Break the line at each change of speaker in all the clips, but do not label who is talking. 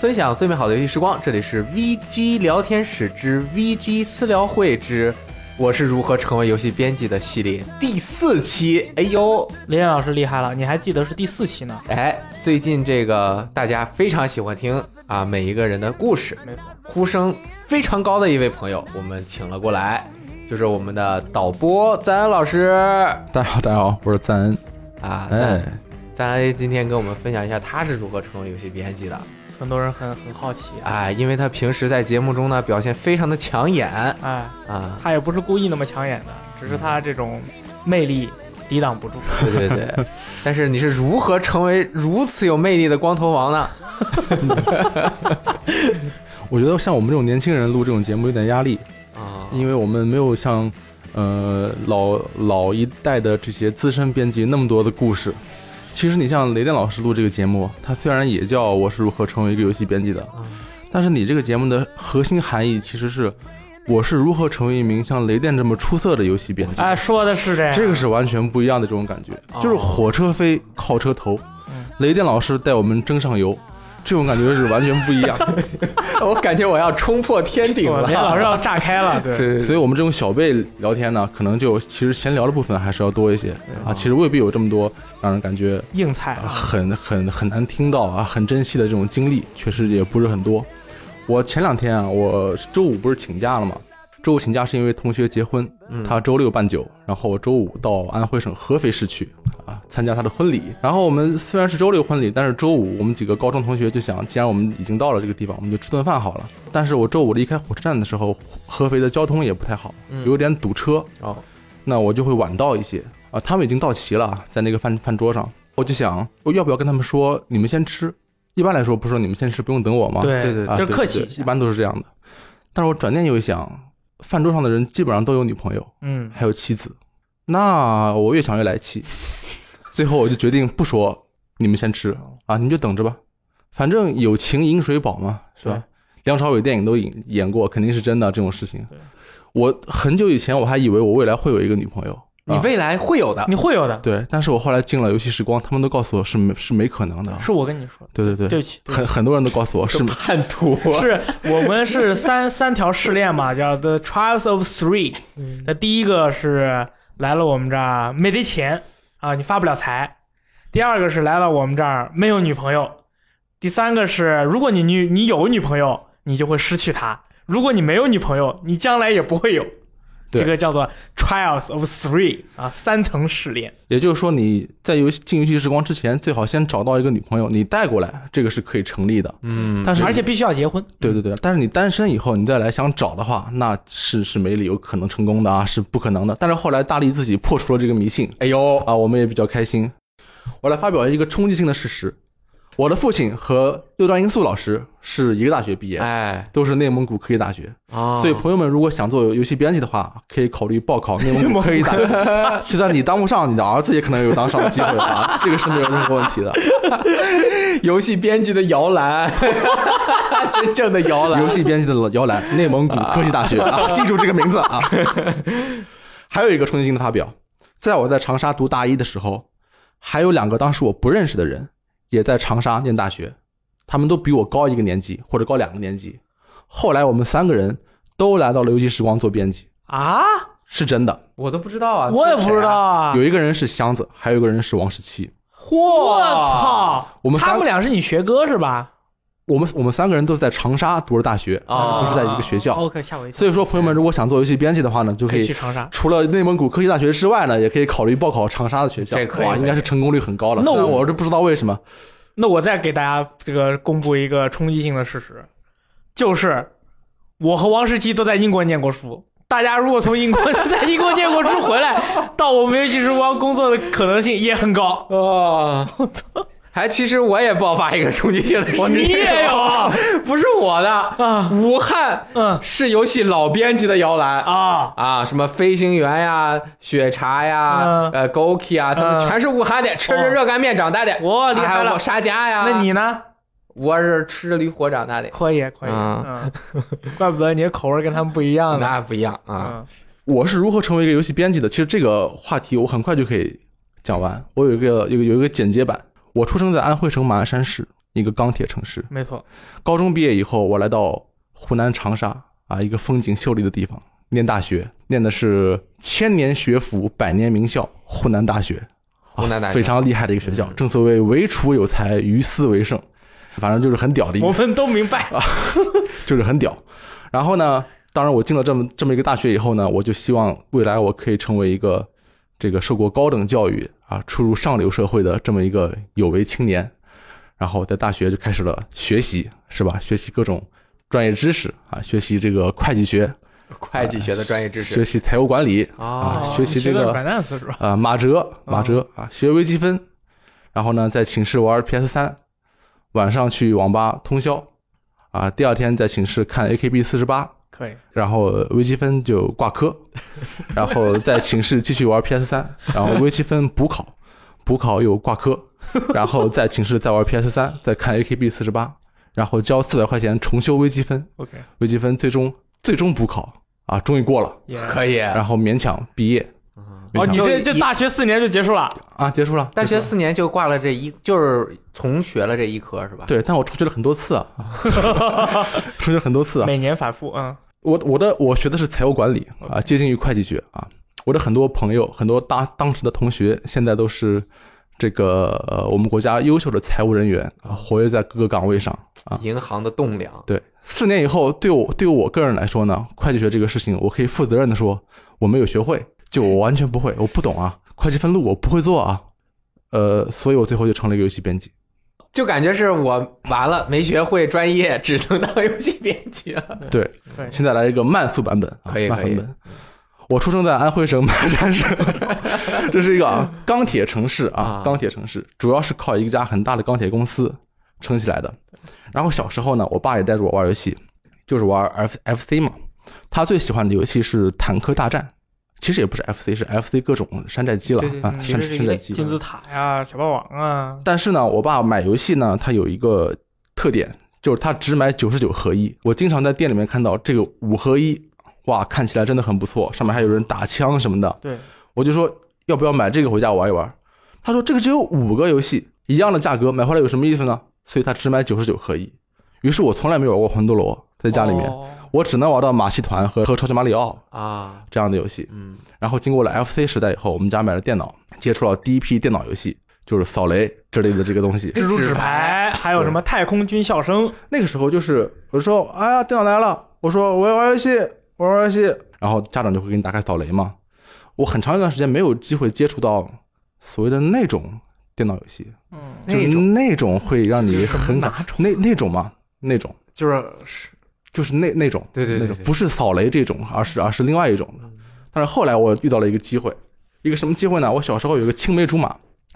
分享最美好的游戏时光，这里是 VG 聊天室之 VG 私聊会之我是如何成为游戏编辑的系列第四期。哎呦，
林岩老师厉害了，你还记得是第四期呢？
哎，最近这个大家非常喜欢听啊，每一个人的故事，
没错，
呼声非常高的一位朋友，我们请了过来，就是我们的导播赞恩老师
大家好，大家好，我是赞恩。
啊，赞
哎，
赞恩今天跟我们分享一下他是如何成为游戏编辑的。
很多人很很好奇，
啊，因为他平时在节目中呢表现非常的抢眼
哎，
啊，
他也不是故意那么抢眼的，只是他这种魅力抵挡不住。
对 对对。但是你是如何成为如此有魅力的光头王呢？
我觉得像我们这种年轻人录这种节目有点压力，
啊，
因为我们没有像呃老老一代的这些资深编辑那么多的故事。其实你像雷电老师录这个节目，他虽然也叫我是如何成为一个游戏编辑的
嗯，
但是你这个节目的核心含义其实是我是如何成为一名像雷电这么出色的游戏编辑。
哎，说的是这样，
这个是完全不一样的这种感觉，
哦
就是火车飞，靠车头
嗯。
雷电老师带我们争上游，这种感觉是完全不一样。
我感觉我要冲破天顶
我
了。
林岩老师要炸开了，对，
对，
所以，我们这种小辈聊天呢，可能就其实闲聊的部分还是要多一些啊，其实未必有这么多让人感觉
硬菜
啊
啊，
很很很难听到啊，很珍惜的这种经历，确实也不是很多。我前两天啊，我周五不是请假了嘛，周五请假是因为同学结婚，
嗯
他周六办酒，然后我周五到安徽省合肥市去啊参加他的婚礼。然后我们虽然是周六婚礼，但是周五我们几个高中同学就想，既然我们已经到了这个地方，我们就吃顿饭好了。但是我周五离开火车站的时候，合肥的交通也不太好，
嗯
有点堵车，
哦，
那我就会晚到一些啊。他们已经到齐了啊，在那个饭饭桌上，我就想我要不要跟他们说你们先吃？一般来说不是说你们先吃，不用等我吗？
对
对对
啊，
就是
对
客
对
气
对
一下
一，般都是这样的。但是我转念又一想，饭桌上的人基本上都有女朋友，
嗯，
还有妻子，那我越想越来气，最后我就决定不说，你们先吃啊，你们就等着吧，反正有情饮水饱嘛，是吧？梁朝伟电影都演演过，肯定是真的这种事情
对。
我很久以前我还以为我未来会有一个女朋友，
你
啊
未来会有的。
你会有的，
对，但是我后来进了游戏时光，他们都告诉我是没是没可能的。
是我跟你说的，
对对
对
对，
不起，对不
很
起。
很多人都告诉我是
叛徒，
是我们是三三条试炼嘛，叫 The Trials of Three。那第一个是来了我们这儿没得钱啊，你发不了财；第二个是来了我们这儿没有女朋友；第三个是如果你女你有女朋友，你就会失去她；如果你没有女朋友，你将来也不会有。
对
这个叫做 Trials of Three 啊，三层试炼。
也就是说，你在游戏进游戏时光之前，最好先找到一个女朋友，你带过来，这个是可以成立的。
嗯，
但是
而且必须要结婚。
对对对，但是你单身以后，你再来想找的话，那是是没理由可能成功的啊，是不可能的。但是后来大力自己破除了这个迷信
哎呦，
啊，我们也比较开心。我来发表一个冲击性的事实：我的父亲和六段罂粟老师是一个大学毕业，
哎
都是内蒙古科技大学。
啊，
所以朋友们如果想做游戏编辑的话，可以考虑报 考内蒙古科技大学。就算你当不上，你的儿子也可能有当上的机会啊，这个是没有任何问题的。
游戏编辑的摇篮， 真正的摇篮
游。戏编辑的摇篮，内蒙古科技大学啊，记住这个名字啊。还有一个冲击性的发表，在我在长沙读大一的时候，还有两个当时我不认识的人也在长沙念大学，他们都比我高一个年级或者高两个年级。后来我们三个人都来到了游戏时光做编辑，
啊，
是真的。
我都不知道啊，
我也
是谁
不知道
啊。
啊！
有一个人是箱子，还有一个人是王十七。
嚯，
我！操！
我们
他
仨
们俩是你学哥是吧？
我们我们三个人都是在长沙读的大学，
哦
啊
不是在一个学校。
OK，吓哦我一跳。
所以说，朋友们如果想做游戏编辑的话呢，就
可
可
以
以
去长沙。
除了内蒙古科技大学之外呢，也可以考虑报考长沙的学校。
这可以
哇，
可以
应该是成功率很高了。
那
虽
我
然我是不知道为什么，
那我再给大家这个公布一个冲击性的事实，就是我和王十七都在英国念过书。大家如果从英国 在英国念过书回来，到我们游戏时光工作的可能性也很高。
啊！我操！还其实我也爆发一个冲击性的事情，
你也有啊
不是我的啊武汉
嗯
是游戏老编辑的摇篮啊
啊，
什么飞行员呀、雪茶呀
嗯、
呃 Goki 啊，他们
嗯
全是武汉的，吃着热干面长大的。啊
我厉
还
害
哦有我
了。
沙家呀，
那你呢？
我是吃着驴火长大的，
可以，可以。
嗯
嗯，怪不得你的口味跟他们不一样呢。
那不一样啊。
嗯，
我是如何成为一个游戏编辑的。其实这个话题我很快就可以讲完。我有一个有一个有一个简洁版。我出生在安徽省马鞍山市，一个钢铁城市。
没错，
高中毕业以后，我来到湖南长沙啊，一个风景秀丽的地方念大学，念的是千年学府百年名校湖南大学，啊
湖南大学
非常厉害的一个学校。正所谓唯楚有才，于斯为盛，反正就是很屌的意
我
思，
们都明白。
啊就是很屌。然后呢，当然我进了这么这么一个大学以后呢，我就希望未来我可以成为一个这个受过高等教育啊，出入上流社会的这么一个有为青年。然后在大学就开始了学习，是吧？学习各种专业知识啊，学习这个会计学，
会计嗯学的专业知识
学习财务管理
啊
啊，学习这个
finance 哦是吧？
啊、马
哦
哲马哲啊，学微积分，然后呢在寝室玩 PS 三，晚上去网吧通宵啊，第二天在寝室看 AKB 四十八，
可以，
然后微积分就挂科，然后在寝室继续玩 PS 三，然后微积分补考，补考又挂科，然后在寝室再玩 PS 三，再看 AKB 四十八，然后交四百块钱重修微积分，
OK，
微积分最终最终补考啊，终于过了，
也
可以。嗯
然后勉强毕业
哦，你
就
这
一
这大学四年就结束了，
啊，结束了。
大学四年就挂了这一，就是重学了这一科是吧？
对，但我重学了很多次啊，重学了很多次啊，
每年反复，嗯，
我我的我学的是财务管理啊，接近于会计学啊。我的很多朋友，很多大当时的同学，现在都是这个呃我们国家优秀的财务人员啊，活跃在各个岗位上啊。
银行的栋梁，
对，四年以后，对我对我个人来说呢，会计学这个事情，我可以负责任的说，我没有学会，就我完全不会，我不懂啊，会计分录我不会做啊，呃，所以我最后就成了一个游戏编辑。
就感觉是我完了没学会专业，只能当游戏编辑了。
对，
可以。
现在来一个慢速版本，啊
可以
慢
可以
版本。我出生在安徽省马山市， 这是一个啊钢铁城市啊
啊，
钢铁城市主要是靠一家很大的钢铁公司撑起来的。然后小时候呢，我爸也带着我玩游戏，就是玩 F F C 嘛。他最喜欢的游戏是《坦克大战》，其实也不是 F C，是 F C 各种山寨机了
对对
啊
嗯，
山
其实是一
山寨
类
机。
金字塔哎呀，小霸王啊，
但是呢，我爸买游戏呢，他有一个特点，就是他只买九十九合一。我经常在店里面看到这个五合一，哇，看起来真的很不错，上面还有人打枪什么的。
对，
我就说要不要买这个回家玩一玩？他说这个只有五个游戏，一样的价格，买回来有什么意思呢？所以他只买九十九合一。于是我从来没有玩过魂斗罗，在家里面，
哦
我只能玩到马戏团和和超级马里奥
啊，
这样的游戏。
嗯，
然后经过了 FC 时代以后，我们家买了电脑，接触了第一批电脑游戏，就是扫雷之类的这个东西。
蜘蛛
纸
纸
牌
牌，还有什么太空军校生，
那个时候就是我说，哎呀，电脑来了，我说我要玩游戏，我要玩游戏，然后家长就会给你打开扫雷嘛。我很长一段时间没有机会接触到所谓的那种电脑游戏，
嗯，
就是
那种
那种会让你很
哪
感那那种嘛，那种
就是
就是那那种，
对对对
那种
对
不是扫雷这种，而是而是另外一种的。但是后来我遇到了一个机会，一个什么机会呢？我小时候有一个青梅竹马，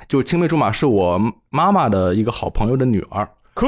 就是青梅竹马是我妈妈的一个好朋友的女儿，
酷，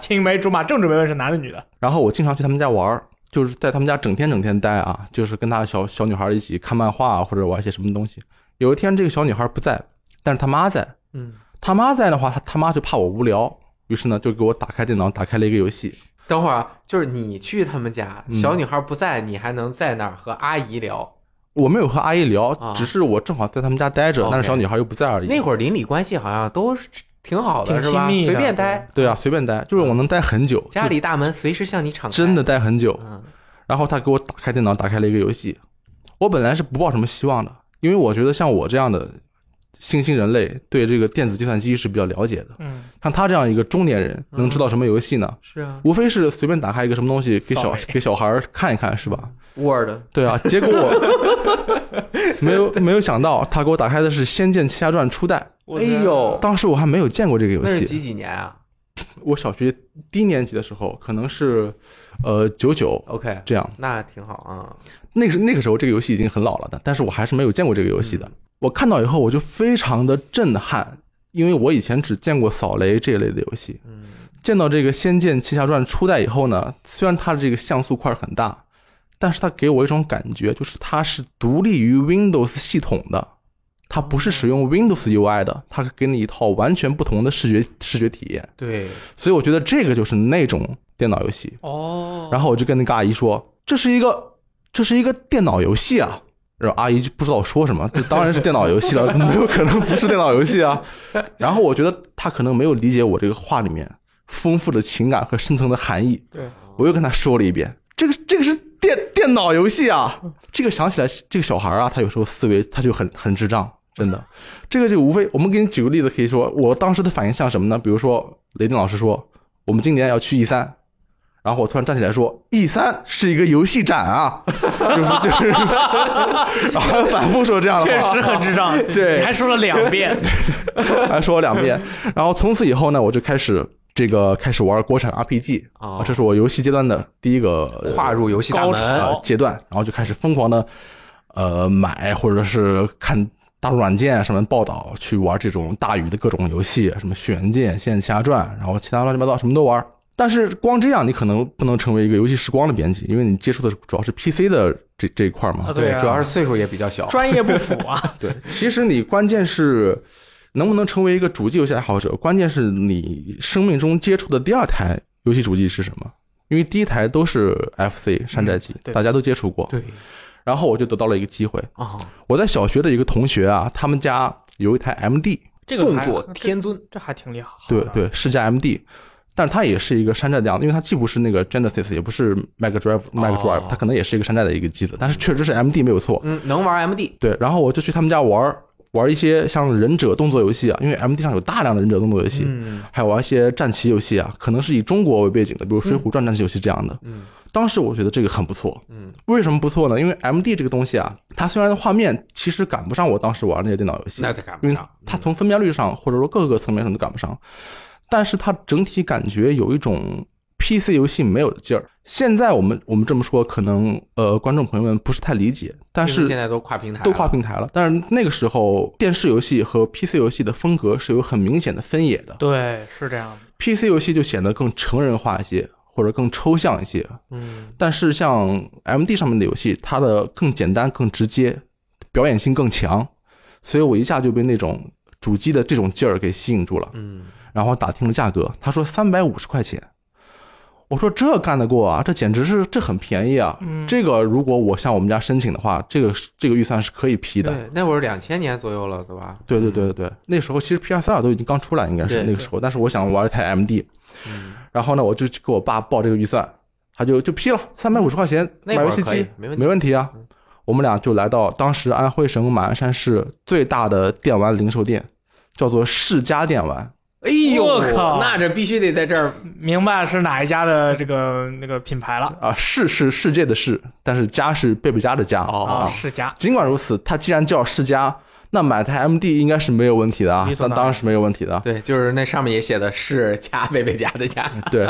青梅竹马，正准备问是男的女的，
然后我经常去他们家玩儿，就是在他们家整天整天待啊，就是跟他小小女孩一起看漫画啊或者玩一些什么东西。有一天这个小女孩不在，但是她妈在，
嗯，
她妈在的话，她她妈就怕我无聊，于是呢就给我打开电脑，打开了一个游戏。
等会儿啊就是你去他们家，
嗯
小女孩不在，你还能在那儿和阿姨聊。
我没有和阿姨聊
啊，哦
只是我正好在他们家待着，
OK
但是小女孩又不在而已。
那会儿邻里关系好像都是挺好的，
挺
是
亲
吧？
密的，
随便待，
对啊，随便待，就是我能待很久，
家里大门随时向你敞
就
开。
真的，待很久。
嗯，
然后他给我打开电脑，打开了一个游戏。我本来是不抱什么希望的，因为我觉得像我这样的新兴人类对这个电子计算机是比较了解的。
对，嗯，
像他这样一个中年人，能知道什么游戏呢？
是啊
无非是随便打开一个什么东西给小
扫雷
给小孩儿看一看，是吧？
，Word
对 啊，结果我没有没有想到，他给我打开的是《仙剑奇侠传》初代，
我
哎呦
当时我还没有见过这个游
那是
戏。
几几年啊
我小学低年级的时候，可能是呃九九
？OK，
这样，
那挺好啊。
那个时那个时候这个游戏已经很老了的，但是我还是没有见过这个游戏的。我看到以后我就非常的震撼，因为我以前只见过扫雷这一类的游戏，
嗯，
见到这个《仙剑奇侠传》初代以后呢，虽然它的这个像素块很大，但是它给我一种感觉，就是它是独立于 Windows 系统的，它不是使用 Windows UI 的，它给你一套完全不同的视觉视觉体验。
对，
所以我觉得这个就是那种电脑游戏。
哦，
然后我就跟那个阿姨说：“这是一个，这是一个电脑游戏啊！”然后阿姨就不知道我说什么，这当然是电脑游戏了，怎么有可能不是电脑游戏啊？然后我觉得她可能没有理解我这个话里面丰富的情感和深层的含义，
对，
我又跟她说了一遍，这个这个是电电脑游戏啊，这个想起来这个小孩啊，他有时候思维他就很很智障，真的，这个就无非我们给你举个例子，可以说我当时的反应像什么呢？比如说雷电老师说我们今年要去 E 三。然后我突然站起来说：“E 三是一个游戏展啊， 就是就是， 然后反复说这样的话，
确实很智障，
对
你还说了两遍，
还说我两遍。然后从此以后呢，我就开始这个开始玩国产 RPG
哦
啊，这是我游戏阶段的第一个呃
跨入游戏大
高
门
潮，
呃阶段，然后就开始疯狂的呃买或者是看大陆软件上面报道去玩这种大宇的各种游戏，什么《轩辕剑》《仙剑奇侠传》，然后其他乱七八糟什么都玩。但是光这样，你可能不能成为一个游戏时光的编辑，因为你接触的主要是 PC 的这这一块嘛。
啊对
对，
啊
主要是岁数也比较小，
专业不符啊，
对，其实你关键是能不能成为一个主机游戏爱好者，关键是你生命中接触的第二台游戏主机是什么。因为第一台都是 FC 山寨机，
嗯对
大家都接触过。
对
然后我就得到了一个机会，
啊，
我在小学的一个同学啊，他们家有一台 MD，
这个
动
还
作
这
天尊
这还挺厉害，
对，对，世嘉 MD，但是它也是一个山寨的样子，因为它既不是那个 Genesis，也不是 Mega
哦
Drive Mega Drive，、它可能也是一个山寨的一个机子，但是确实是 MD 没有错。
嗯，能玩 MD
对，然后我就去他们家玩儿玩一些像忍者动作游戏啊，因为 MD 上有大量的忍者动作游戏，
嗯
还有玩一些战棋游戏啊，可能是以中国为背景的，比如《水浒传》战棋游戏这样的。
嗯，
当时我觉得这个很不错。
嗯，
为什么不错呢？因为 MD 这个东西啊，它虽然画面其实赶不上我当时玩那些电脑游戏，
那得赶不嗯
因为
上，
它从分辨率上或者说各个层面上都赶不上，但是它整体感觉有一种 PC 游戏没有的劲儿。现在我们我们这么说，可能呃观众朋友们不是太理解，但
因为现
是
在都跨平台了，啊
都跨平台了。但是那个时候，电视游戏和 PC 游戏的风格是有很明显的分野的。
对，是这样的，
PC 游戏就显得更成人化一些，或者更抽象一些。
嗯，
但是像 MD 上面的游戏，它的更简单、更直接，表演性更强，所以我一下就被那种主机的这种劲儿给吸引住了。
嗯
然后打听了价格，他说三百五十块钱，我说这干得过啊，这简直是这很便宜啊。
嗯，
这个如果我向我们家申请的话，这个是这个预算是可以批的。
对，那会儿两千年左右了，对吧？
对对对对，那时候其实 PS 二都已经刚出来，应该是
对
那个时候。但是我想玩一台 MD，
嗯，
然后呢，我就去给我爸报这个预算，他就就批了三百五十块钱买
嗯那会
游
儿
戏
可以
机，
没问题嗯
没问题啊。我们俩就来到当时安徽省马鞍山市最大的电玩零售店，叫做世嘉电玩。
哎呦，
我靠
那这必须得在这儿，
明白是哪一家的这个那个品牌了
啊，世是世界的世，但是家是贝贝家的家。
哦
啊，
啊，
世家，
尽管如此，它既然叫世家，那买台 MD 应该是没有问题的啊
理，所
那
当然
当然是没有问题 的。啊
对，就是那上面也写的是加贝贝家的家，
对，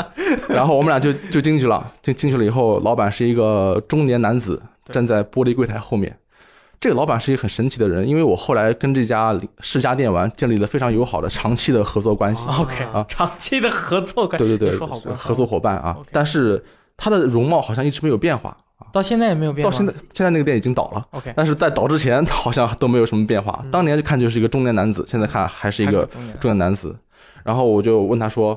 然后我们俩就就进去了，进进去了以后，老板是一个中年男子，
对
站在玻璃柜台后面。这个老板是一个很神奇的人，因为我后来跟这家世家电玩建立了非常友好的长期的合作关系。
哦
OK，
啊
长期的合作关系，
对对对，
你说好
是
官方
合作伙伴啊
OK，
但是他的容貌好像一直没有变化啊，
到现在也没有变
到
吗，
现在现在那个店已经倒了。
OK，
但是在倒之前好像都没有什么变化。当年就看就是一个中年男子，现在看还是一
嗯还
个
是中年
中年男子。然后我就问他说：“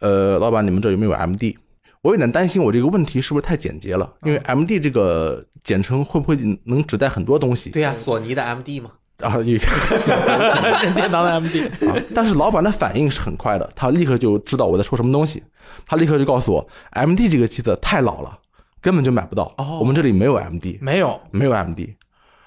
呃，老板，你们这有没有 MD？” 我有点担心我这个问题是不是太简洁了，
嗯
因为 MD 这个简称会不会能指代很多东西？
对呀，索尼的 MD 嘛，
啊， 也
任天堂的 MD，
啊，但是老板的反应是很快的，他立刻就知道我在说什么东西，他立刻就告诉我，MD 这个机子太老了，根本就买不到，
哦
我们这里没有 MD，
没有
没有 MD。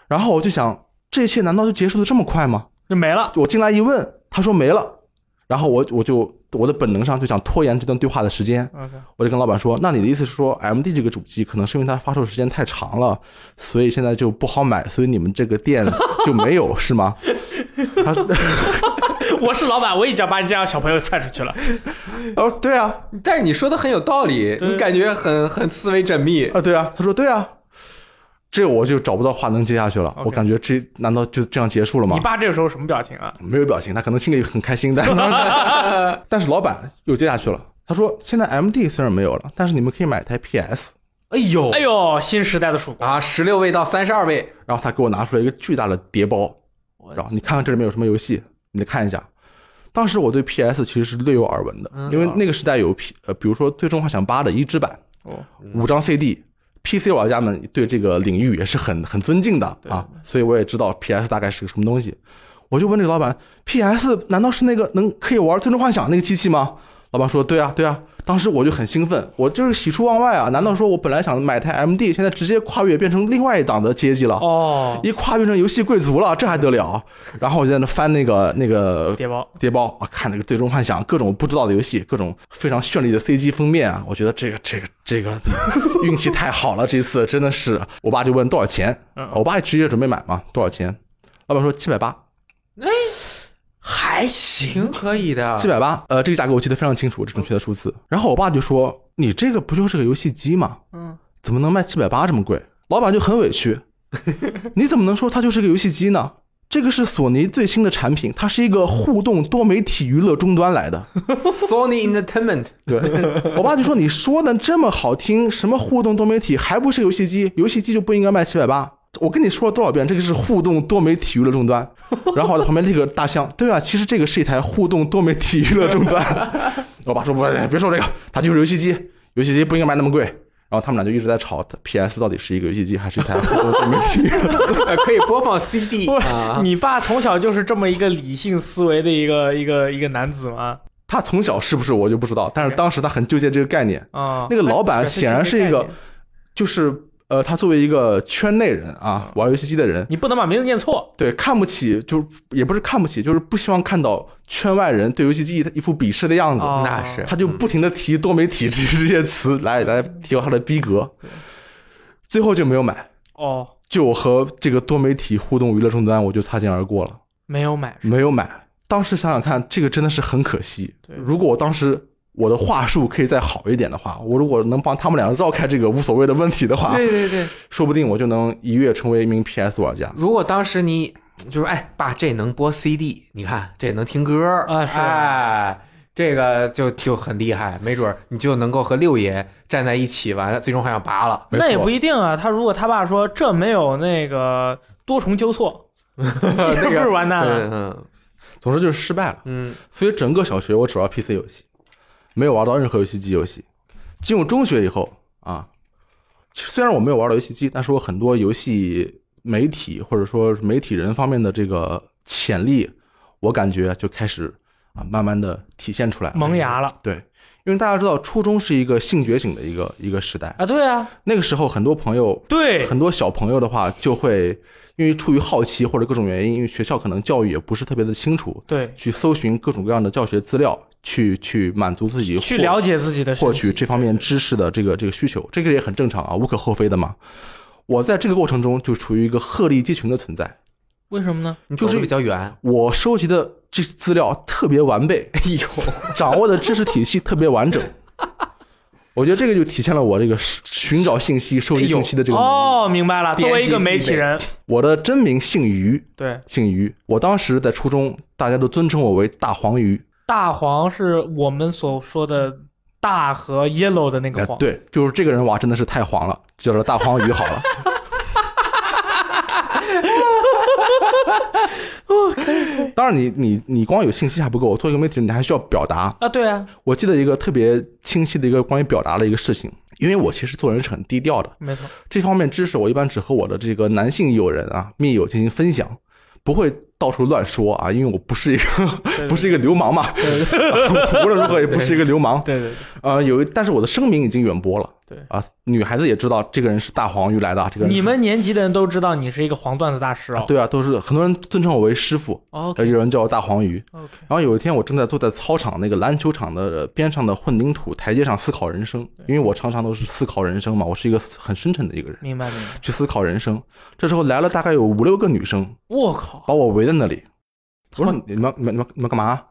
然后我就想，这一切难道就结束的这么快吗？
就没了，
我进来一问，他说没了，然后我我就我的本能上就想拖延这段对话的时间，
OK，
我就跟老板说，那你的意思是说，MD 这个主机可能是因为它发售时间太长了，所以现在就不好买，所以你们这个店就没有是吗？ 他说，
我是老板，我一脚把你家小朋友踹出去了，
哦，对啊，
但是你说的很有道理，
对
你感觉很很思维缜密，
啊，对啊，他说对啊，这我就找不到话能接下去了
OK
我感觉这难道就这样结束了吗
你？爸这个时候什么表情 啊？
没有表情，他可能心里很开心， 但但是老板又接下去了，他说现在 MD 虽然没有了，但是你们可以买一台 PS。
哎呦
哎呦，新时代的曙光，
啊，十六位到三十二位，
然后他给我拿出来一个巨大的碟包，然后你看看这里面有什么游戏，你看一下。当时我对 PS 其实是略有耳闻的，因为那个时代有 P 呃，比如说《最终幻想八》的移植版，
哦
五张 CD、 PC 玩家们对这个领域也是很很尊敬的啊，所以我也知道 PS 大概是个什么东西。我就问这个老板，PS 难道是那个能可以玩《最终幻想》那个机器吗？老板说，对啊，对啊。当时我就很兴奋，我就是喜出望外啊！难道说我本来想买台 MD，现在直接跨越变成另外一档的阶级了？
哦，
一跨变成游戏贵族了，这还得了？然后我就在那翻那个那个
谍报，
谍报啊，看那个《最终幻想》，各种不知道的游戏，各种非常绚丽的 CG 封面啊，我觉得这个这个这个运气太好了，这次真的是。我爸就问多少钱
嗯，
我爸直接准备买嘛，多少钱？老板说七百八，
还行，
挺可以的啊
七。百八，呃，这个价格我记得非常清楚，这准确的数字。然后我爸就说：“你这个不就是个游戏机吗？
嗯，
怎么能卖七百八这么贵？”老板就很委屈：“你怎么能说它就是个游戏机呢？这个是索尼最新的产品，它是一个互动多媒体娱乐终端来的。
Sony Entertainment，”
对，我爸就说：“你说的这么好听，什么互动多媒体，还不是游戏机？游戏机就不应该卖七百八。”我跟你说了多少遍，这个是互动多媒体娱乐终端。然后我的旁边那个大象，对啊，其实这个是一台互动多媒体娱乐终端。 我爸说不，哎别说这个，它就是游戏机，游戏机不应该卖那么贵。然后他们俩就一直在吵，PS 到底是一个游戏机还是一台互动多媒体娱乐 终端？
呃可以播放 CD
不
啊
是，。你爸从小就是这么一个理性思维的一个一个一个男子吗？
他从小是不是我就不知道，但是当时他很纠结这个概念。
啊，
那个老板显然是一
这
个
概念，
就是呃，他作为一个圈内人啊，玩游戏机的人，
你不能把名字念错。
对看不起，就是也不是看不起，就是不希望看到圈外人对游戏机一一副鄙视的样子。
哦
那是
他就不停的提多媒体这这些词来来提高他的逼格，最后就没有买，
哦，
就和这个多媒体互动娱乐终端我就擦肩而过了，
没有买。
没有买。当时想想看，这个真的是很可惜
对。
如果我当时我的话术可以再好一点的话，我如果能帮他们俩绕开这个无所谓的问题的话，
对对对，
说不定我就能一跃成为一名 PS 玩家。
如果当时你就是哎爸，这能播 CD，你看这能听歌
啊是
哎，这个就就很厉害，没准儿你就能够和六爷站在一起完了，最终幻想拔了。
没
那也
错
不一定啊，他如果他爸说这没有那个多重纠 错，那
那
不
个
是完蛋了？
嗯嗯
总之就是失败了。
嗯，
所以整个小学我只玩 PC 游戏，没有玩到任何游戏机游戏。进入中学以后啊，虽然我没有玩到游戏机，但是我很多游戏媒体或者说是媒体人方面的这个潜力，我感觉就开始啊慢慢的体现出来。
萌芽了
对，因为大家知道初中是一个性觉醒的一个一个时代，
啊！对啊，
那个时候很多朋友
对，
很多小朋友的话，就会因为出于好奇或者各种原因，因为学校可能教育也不是特别的清楚，
对，
去搜寻各种各样的教学资料，去去满足自己
去
获
了解自己的身
获
体
取这方面知识的这个这个需求，这个也很正常啊，无可厚非的嘛。我在这个过程中就处于一个鹤立鸡群的存在，
为什么呢？
你
就
走嗯
是
的比较远，
我收集的这资料特别完备， 哎呦，掌握的知识体系特别完整。我觉得这个就体现了我这个寻找信息、收集信息的这个能力。
哎哦，明白了，
编
作
辑
为一个媒体人，
我的真名姓于，
对，
姓于。我当时在初中，大家都尊称我为大黄鱼。
大黄是我们所说的大和 yellow 的那个
哎
黄，，
对，就是这个人哇，真的是太黄了，就叫做大黄鱼好了。 当然你，你你光有信息还不够，做一个媒体人，你还需要表达。
啊，对啊，
我记得一个特别清晰的一个关于表达的一个事情，因为我其实做人是很低调的，
没错，
这方面知识我一般只和我的这个男性友人啊、密友进行分享，不会到处乱说啊，因为我不是一个不是一个流氓嘛，
对对
无论如何也不是一个流氓。
对 对，
呃，有一，但是我的声名已经远播了。
对
啊，女孩子也知道这个人是大黄鱼来的啊，这
对
个人是
你们年级的人都知道你是一个黄段子大师
啊
哦。
对啊，都是很多人尊称我为师傅，呃，
OK
有人叫我大黄鱼。
哦 OK，
然后有一天，我正在坐在操场那个篮球场的边上的混凝土台阶上思考人生，因为我常常都是思考人生嘛，我是一个很深沉的一个人，
明白明白。
去思考人生。这时候来了大概有五六个女生，
我靠，
把我围在那里。我
他
说
们
你们你们你们你们干嘛？啊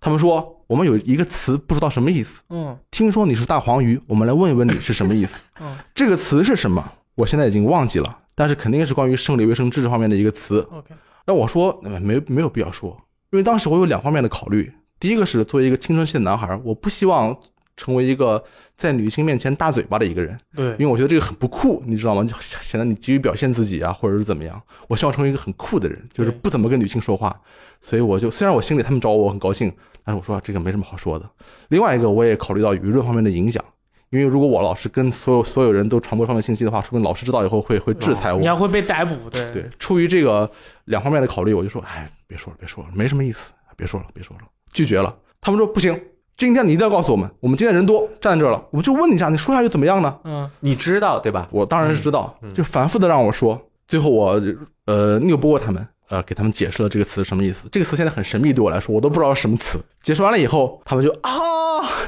他们说我们有一个词不知道什么意思，
嗯
听说你是大黄鱼，我们来问一问你是什么意思。
嗯
这个词是什么？我现在已经忘记了，但是肯定是关于生理卫生知识方面的一个词。
，OK，
那我说嗯没没有必要说，因为当时我有两方面的考虑。第一个是作为一个青春期的男孩，我不希望成为一个在女性面前大嘴巴的一个人，因为
对，
我觉得这个很不酷，你知道吗？就显得你急于表现自己啊，或者是怎么样。我希望成为一个很酷的人，就是
对
不怎么跟女性说话。所以我就虽然我心里他们找我我很高兴，但是我说、这个没什么好说的。另外一个我也考虑到舆论方面的影响，因为如果我老是跟所有所有人都传播方面信息的话，说不定老师知道以后会会制啊裁我
哦你。要会被逮捕，对
对，出于这个两方面的考虑，我就说，哎，别说了，别说了，没什么意思，别说了，别说了，拒绝了。他们说不行，今天你一定要告诉我们，我们今天人多站这儿了，我们就问你一下，你说一下又怎么样呢？
嗯
你知道对吧？
我当然是知道，就反复的让我说，最后我呃拗不过他们，呃给他们解释了这个词是什么意思。这个词现在很神秘，对我来说我都不知道是什么词。解释完了以后，他们就啊，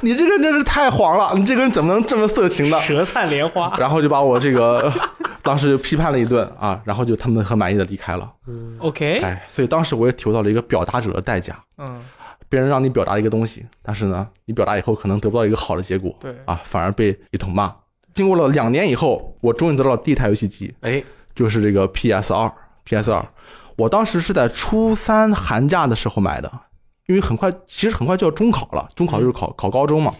你这个人真是太黄了，你这个人怎么能这么色情呢？
舌灿莲花，
然后就把我这个 当时批判了一顿啊，然后就他们很满意的离开了。
OK，
哎，所以当时我也体会到了一个表达者的代价，
嗯，
别人让你表达一个东西，但是呢，你表达以后可能得不到一个好的结果，
对
啊，反而被一通骂。经过了两年以后，我终于得到了第一台游戏机，
哎，
就是这个 PS 二，PS 二，我当时是在初三寒假的时候买的，因为很快，其实很快就要中考了，中考就是
嗯
考考高中嘛，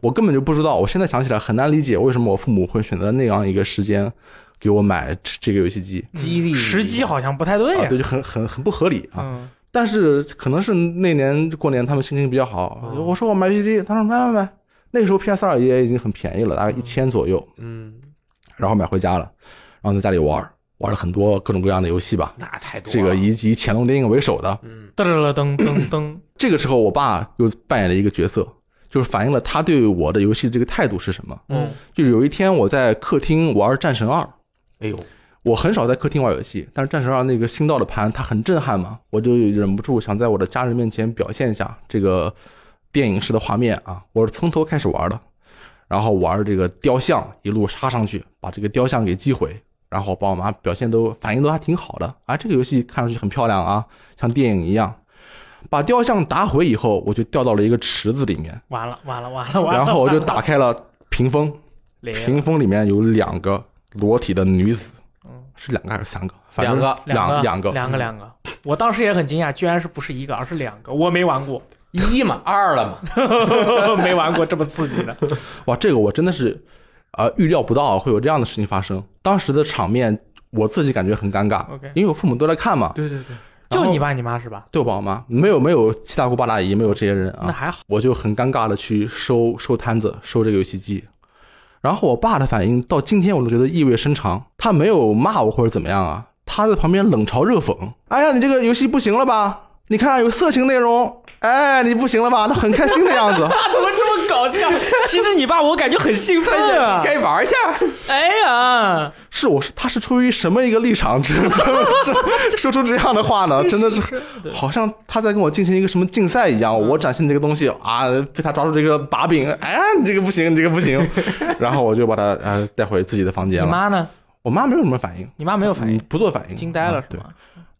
我根本就不知道，我现在想起来很难理解为什么我父母会选择那样一个时间给我买这这个游戏机，
激励
时机好像不太对
啊，
呀
对，，就很很很不合理啊。
嗯，
但是可能是那年过年他们心情比较好，
嗯
我说我买游戏机，他说买买买，那个时候 PS 二也已经很便宜了，大概一千左右，
嗯，
然后买回家了，然后在家里玩儿，玩了很多各种各样的游戏吧，
那太多了
这个以以乾隆电影为首的。
嗯
噔噔噔噔噔，
这个时候，我爸又扮演了一个角色，就是反映了他对我的游戏这个态度是什么。
嗯，
就是有一天我在客厅玩《战神二》，
哎呦，
我很少在客厅玩游戏，但是《战神二》那个新到的盘，它很震撼嘛，我就忍不住想在我的家人面前表现一下这个电影式的画面啊。我是从头开始玩的，然后玩这个雕像，一路杀上去，把这个雕像给击毁，然后把我妈表现都反应都还挺好的啊。这个游戏看上去很漂亮啊，像电影一样。把雕像打毁以后，我就掉到了一个池子里面，
完了完了完了完了，
然后我就打开了屏风，
零
屏风里面有两个裸体的女子，是两个还是三个？反正
两
两
两
个，嗯
两个两个，我当时也很惊讶，居然是不是一个，而是两个，我没玩过，
一嘛，二了嘛，
没玩过这么刺激的，
哇，这个我真的是，呃，预料不到会有这样的事情发生。当时的场面，我自己感觉很尴尬
OK
因为我父母都来看嘛，
对对对，
就你爸你妈是吧？
对我爸我妈没有没有七大姑八大姨，没有这些人
那
啊，
还好，
我就很尴尬的去收收摊子，收这个游戏机。然后我爸的反应到今天我都觉得意味深长，他没有骂我或者怎么样啊，他在旁边冷嘲热讽：“哎呀，你这个游戏不行了吧？你看有色情内容，哎，你不行了吧？”他很开心的样子。
怎么这么搞笑？其实你爸我感觉很兴奋 啊！
该玩一下，
哎呀，
是我是他是出于什么一个立场，这 这这说出这样的 话呢？真的是
对嗯
好像他在跟我进行一个什么竞赛一样，我展现这个东西啊，被他抓住这个把柄，哎呀，你这个不行，你这个 不行，然后我就把他呃带回自己的房
你
间了。
妈呢？
我妈没有什么反应，
你妈没有反
嗯啊
应，
不做反应，嗯
惊呆了是
对，
吗？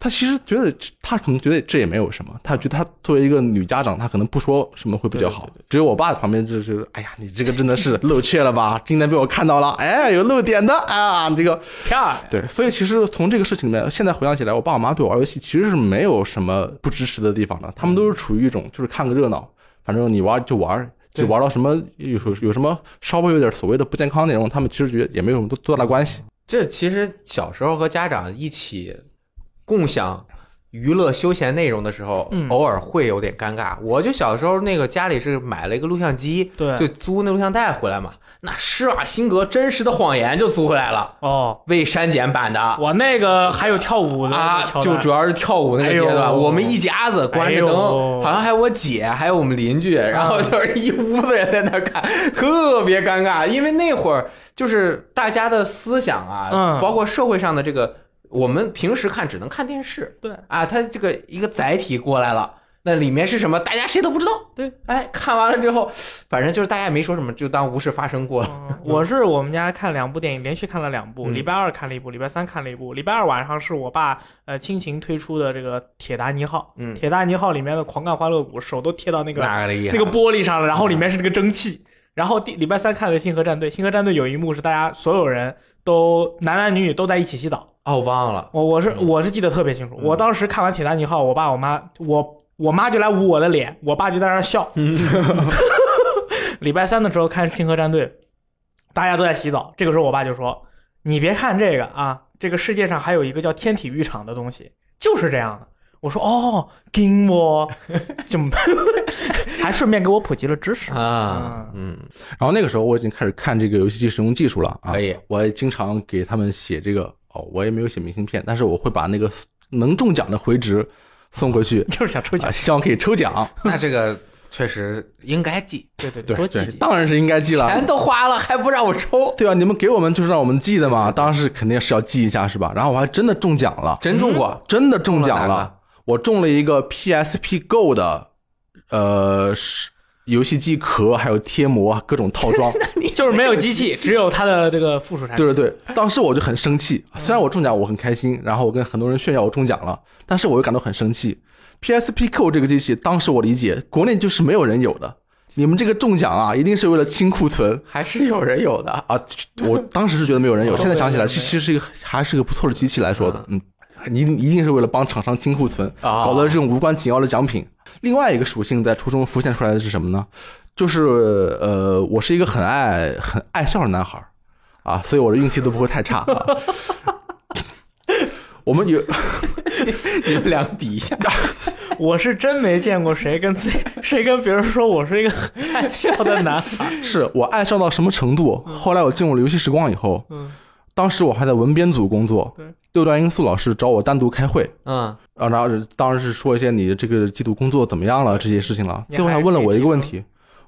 她其实觉得这她可能觉得这也没有什么，她觉得她作为一个女家长，她可能不说什么会比较好。只有我爸旁边就是，哎呀，你这个真的是露怯了吧？今天被我看到了，哎，有露点的啊，这个
漂亮，
对，所以其实从这个事情里面，现在回想起来，我爸我妈对我玩游戏其实是没有什么不支持的地方的，他们都是
嗯
处于一种就是看个热闹，反正你玩就玩。就玩到什么有有有什么稍微有点所谓的不健康内容，他们其实觉得也没有什么多多大关系。
这其实小时候和家长一起共享娱乐休闲内容的时候，
嗯
偶尔会有点尴尬。我就小时候那个家里是买了一个录像机，
对
就租那录像带回来嘛。那施瓦辛格《真实的谎言》就租回来了，
哦，
未删减版的。
我那个还有跳舞的
啊，就主
要
要是跳舞那个阶段，
哎呦
我们一家子关着灯，
哎呦啊
好像还有我姐，还有我们邻居，然后就是一屋子人在那儿看，特别尴尬。因为那会儿就是大家的思想啊，
嗯
包括社会上的这个，我们平时看只能看电视
对
啊，它这个一个载体过来了。那里面是什么？大家谁都不知道。
对，
哎，看完了之后，反正就是大家也没说什么，就当无事发生过了。
嗯 我是我们家看两部电影，连续看了两部，
嗯
礼拜二看了一部，礼拜三看了一部，礼拜二晚上是我爸呃亲情推出的这个《铁达尼号》，
嗯
铁达尼号》里面的狂干欢乐谷，手都贴到那个
哪个啊嗯厉害？
那个玻璃上了，然后里面是那个蒸汽。然后第礼拜三看了《星河战队》，《星河战队》有一幕是大家所有人都男男女女都在一起洗澡，
哦，我忘了。
我我是
嗯
我是记得特别清楚，
嗯
我当时看完《铁达尼号》，我爸我妈我我妈就来捂我的脸，我爸就在那儿笑。 礼拜三的时候看《星河战队》，大家都在洗澡，这个时候我爸就说：“你别看这个啊，这个世界上还有一个叫天体浴场的东西，就是这样的。”我说哦，跟 我就还顺便给我普及了知识。
啊，嗯，
然后那个时候我已经开始看这个游戏机使用技术了啊，
可以
我也经常给他们写这个哦，我也没有写明信片，但是我会把那个能中奖的回执送回去，
就是 想抽奖
啊，，希望可以抽奖。
那这个确实应该记，
对对
对
多
对
积， 极。
当然是应该记了
钱。都花了还不让我抽，
对啊，你们给我们就是让我们记的嘛，当然是肯定是要记一下，是吧？然后我还真的中奖了，
真中过，
真的中
嗯中
奖
了哪
了，我中了一个 PSP Go 的，呃，是游戏机壳还有贴膜各种套 装。
就是没有机器，只有它的这个附属产品。
对对对，当时我就很生气，虽然我中奖我很开心，然后我跟很多人炫耀我中奖了，但是我又感到很生气。PSP Q 这个机器，当时我理解国内就是没有人有的，你们这个中奖啊，一定是为了清库存
还是有人有的。
啊！我当时是觉得没有人有，现在想起来
对对
是其实是一个还是个不错的机器来说的，嗯，一定一定是为了帮厂商清库存，
啊
搞得这种无关紧要的奖品。另外一个属性在初中浮现出来的是什么呢？就是呃，我是一个很爱很爱笑的男孩儿啊，所以我的运气都不会太差、啊。 我们有
你们俩比一下，
我是真没见过谁跟 自己，谁跟别人说我是一个很 爱笑的男孩。
是我爱笑到什么程度？后来我进入了游戏时光以后，
嗯，
当时我还在文编组工作
对，
六段音素老师找我单独开会，
嗯，
啊，然后是当然是说一些你这个季度工作怎么样了这些事情了。
你
最后
还
还
是
问了
可以
我一
提
个问
出
题：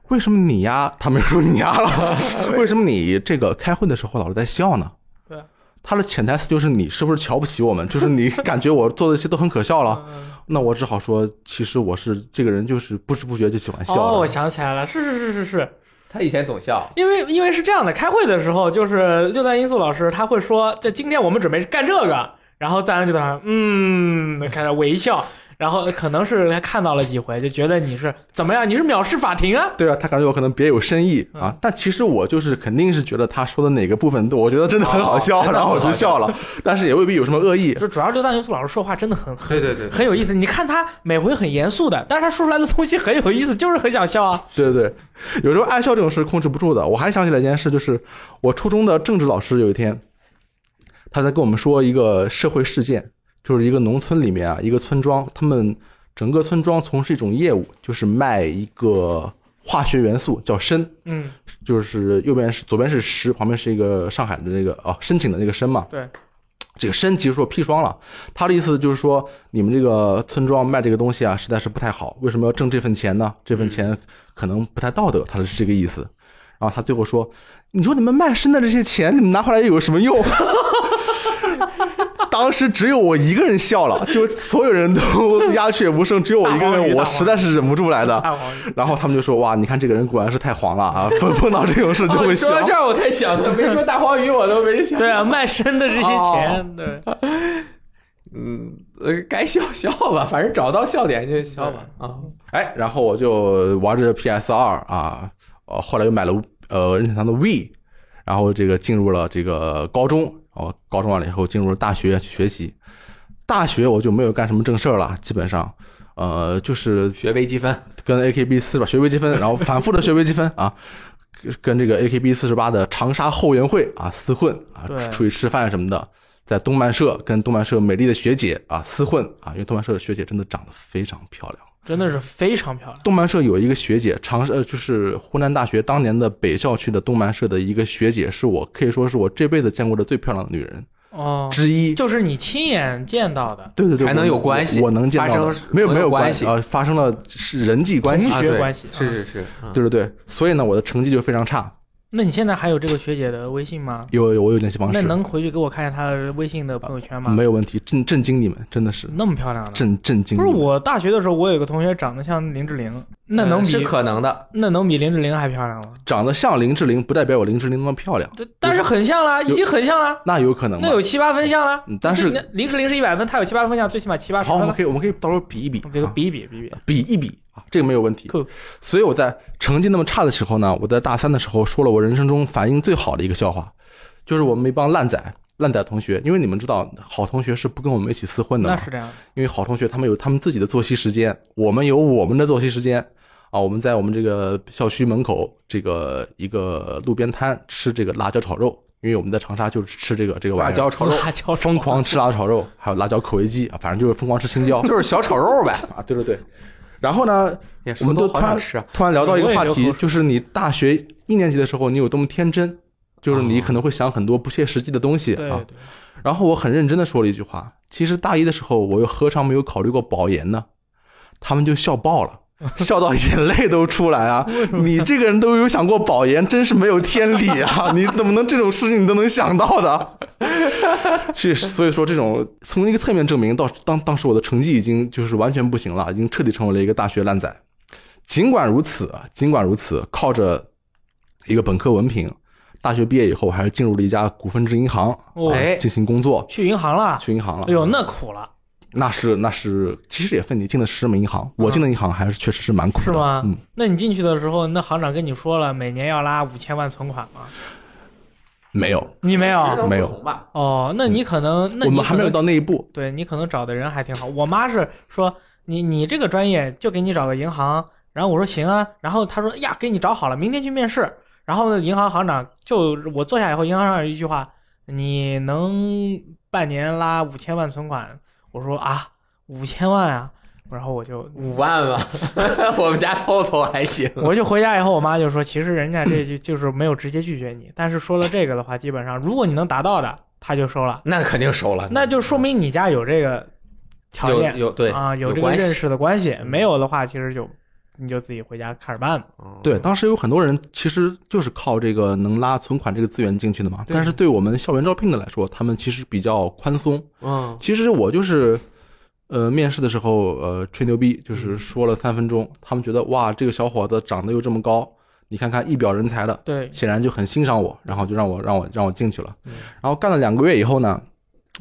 为什么你呀？他没说你呀了，为什么你这个开会的时候老是在笑呢？
对，
他的潜台词就是你是不是瞧不起我们？就是你感觉我做的一切都很可笑了。
嗯
那我只好说，其实我是这个人，就是不知不觉就喜欢笑了。
哦，我想起来了，是是是是是，
他以前总笑，
因为因为是这样的，开会的时候就是六段音素老师他会说，这今天我们准备干这个，然后赞恩就在那儿嗯开始微笑，然后可能是他看到了几回，就觉得你是怎么样，你是藐视法庭啊。
对啊，他感觉我可能别有深意啊，但其实我就是肯定是觉得他说的哪个部分，我觉得真的很好笑，
哦真的
然后我
很
就
好
笑了，但是也未必有什么恶意。
就主要六段音素老师说话真的很很
对对对
很有意思，你看他每回很严肃的，但是他说出来的东西很有意思，就是很想笑啊。
对对对，有时候爱笑这种事控制不住的。我还想起来一件事，就是我初中的政治老师有一天，他在跟我们说一个社会事件，就是一个农村里面啊，一个村庄，他们整个村庄从事一种业务，就是卖一个化学元素叫砷，
嗯，
就是右边是左边是石，旁边是一个上海的那个哦申请的那个申嘛。
对，
这个申其实说砒霜了，他的意思就是说，你们这个村庄卖这个东西啊，实在是不太好，为什么要挣这份钱呢？这份
嗯
钱可能不太道德，他是这个意思。然后他最后说：“你说你们卖身的这些钱，你们拿回来又有什么用？” 当时只有我一个人笑了，就所有人都鸦雀无声，只有我一个
大黄鱼
人，
大
我
黄鱼
实在是忍不住来的。
太黄了。
然后他们就说：“哇，你看这个人果然是太黄了啊！碰碰到这种事就
哦
会
你
笑
说。到这 儿我才想的，没说大黄鱼我都没 想。
对啊，卖身的这些钱，
哦
对，
嗯，呃，该笑笑吧，反正找到笑点就笑吧啊。
哎，然后我就玩着 PS 二啊，呃，后来又买了呃任天堂的 V，然后这个进入了这个高中，哦，高中完了以后进入了大学去学习。大学我就没有干什么正事儿了，基本上，呃，就是
学微积分，
跟 AKB 四吧学微积分，然后反复的学微积分啊，跟这个 AKB 四十八的长沙后援会啊厮混啊
对，
出去吃饭什么的，在动漫社跟动漫社美丽的学姐啊厮混啊，因为动漫社的学姐真的长得非常漂亮。
真的是非常漂亮。
动漫社有一个学姐，长呃就是湖南大学当年的北校区的动漫社的一个学姐，是我可以说是我这辈子见过的最漂亮的女人
哦，
之一。
就是你亲眼见到的
对对对，
还能有
我
关系
我我能见到的
发生
没有
朋
没
友
有
关
系
系
啊、呃发生了是人际关系啊
同。
啊
学
对
关系
是是是，嗯
对对对，所以呢，我的成绩就非常差。
那你现在还有这个学姐的微信吗？
有有我有联系方
那
式，
能回去给我看一下她的微信的朋友圈吗？
哦没有问题，震震惊你们，真的是
那么漂亮的。
震震惊
不
你
是
们。
我大学的时候，我有个同学长得像林志玲，
呃
那能
嗯
比、
是可能的，
那能比林志玲还漂亮了？
长得像林志玲，不代表我林志玲那么漂亮，
对，但是很像啦，已经很像啦，那
那有可能吗？
有七八分像啦。
嗯但是
那林志玲是一百分，她有七八分像，最起码七八十
好，我
分
们
了。
可以我们可以到时候比一比，
这个
啊
比一比，比一比。
比一比啊，这个没有问题。
Cool
所以我在成绩那么差的时候呢，我在大三的时候说了我人生中反应最好的一个笑话，就是我们一帮烂仔烂仔同学，因为你们知道好同学是不跟我们一起厮混的
那
嘛，
是这样的，
因为好同学他们有他们自己的作息时间，我们有我们的作息时间啊，我们在我们这个校区门口这个一个路边摊吃这个辣椒炒肉，因为我们在长沙就是吃这个这个
辣
玩意
椒
儿，
炒肉，
辣椒
疯狂吃辣椒炒肉，还有辣椒口味鸡，啊反正就是疯狂吃青 椒
就是小炒肉呗。
啊，对对对。然后呢，
也
我
说
们
都
都
好
突
想
然
吃啊，
突然聊到一个
我
话
也流
题
口，
就是你大学一年级的时候，你有多么天真，就是
啊
你可能会想很多不切实际的东西
对
啊。
对，
然后我很认真的说了一句话，其实大一的时候，我又何尝没有考虑过保研呢？他们就笑爆了。 笑到眼泪都出来啊！你这个人都有想过保研，真是没有天理啊！ 你怎么能这种事情你都能想到的？ 是，所以说这种从一个侧面证明到当当时我的成绩已经就是完全不行了，已经彻底成为了一个大学烂仔。尽管如此，啊尽管如此，靠着一个本科文凭，大学毕业以后，我还是进入了一家股份制银行，
哦
哎
进行工作，
去银行了，
去银行了。
哎呦，那苦了，
那是那是，其实也分你进的是什么银行，我进的银行还是确实是蛮苦的，
嗯是吗
嗯，
那你进去的时候，那行长跟你说了，每年要拉五千万存款吗？
没有，
你没有？
没有
吧？
哦，那你可能，那
嗯我
你
们还没有
可能
到那一步。
对你可能找的人还挺好。我妈是说你你这个专业就给你找个银行，然后我说行啊，然后她说哎呀给你找好了，明天去面试。然后呢，银行行长就我坐下以后，银行行长有一句话，你能半年拉五千万存款？我说啊，五千万啊，然后我就
五万吧， 我们家凑凑还行。
我就回家以后，我妈就说，其实人家这就就是没有直接拒绝你，但是说了这个的话，基本上如果你能达到的，她就收了，
那肯定熟了，
那就说明你家有这个条
有
件，
有对
啊，有这个
关系嗯
认识的关系，没有的话，其实就你就自己回家看着办吧。
对，当时有很多人其实就是靠这个能拉存款这个资源进去的嘛，
对
但是对我们校园招聘的来说，他们其实比较宽松。
嗯，
其实我就是，呃，面试的时候呃吹牛逼，
嗯
就是说了三分钟，他们觉得哇这个小伙子长得又这么高，你看看一表人才的，
对，
显然就很欣赏我，然后就让我让我让我进去了。
嗯
然后干了两个月以后呢，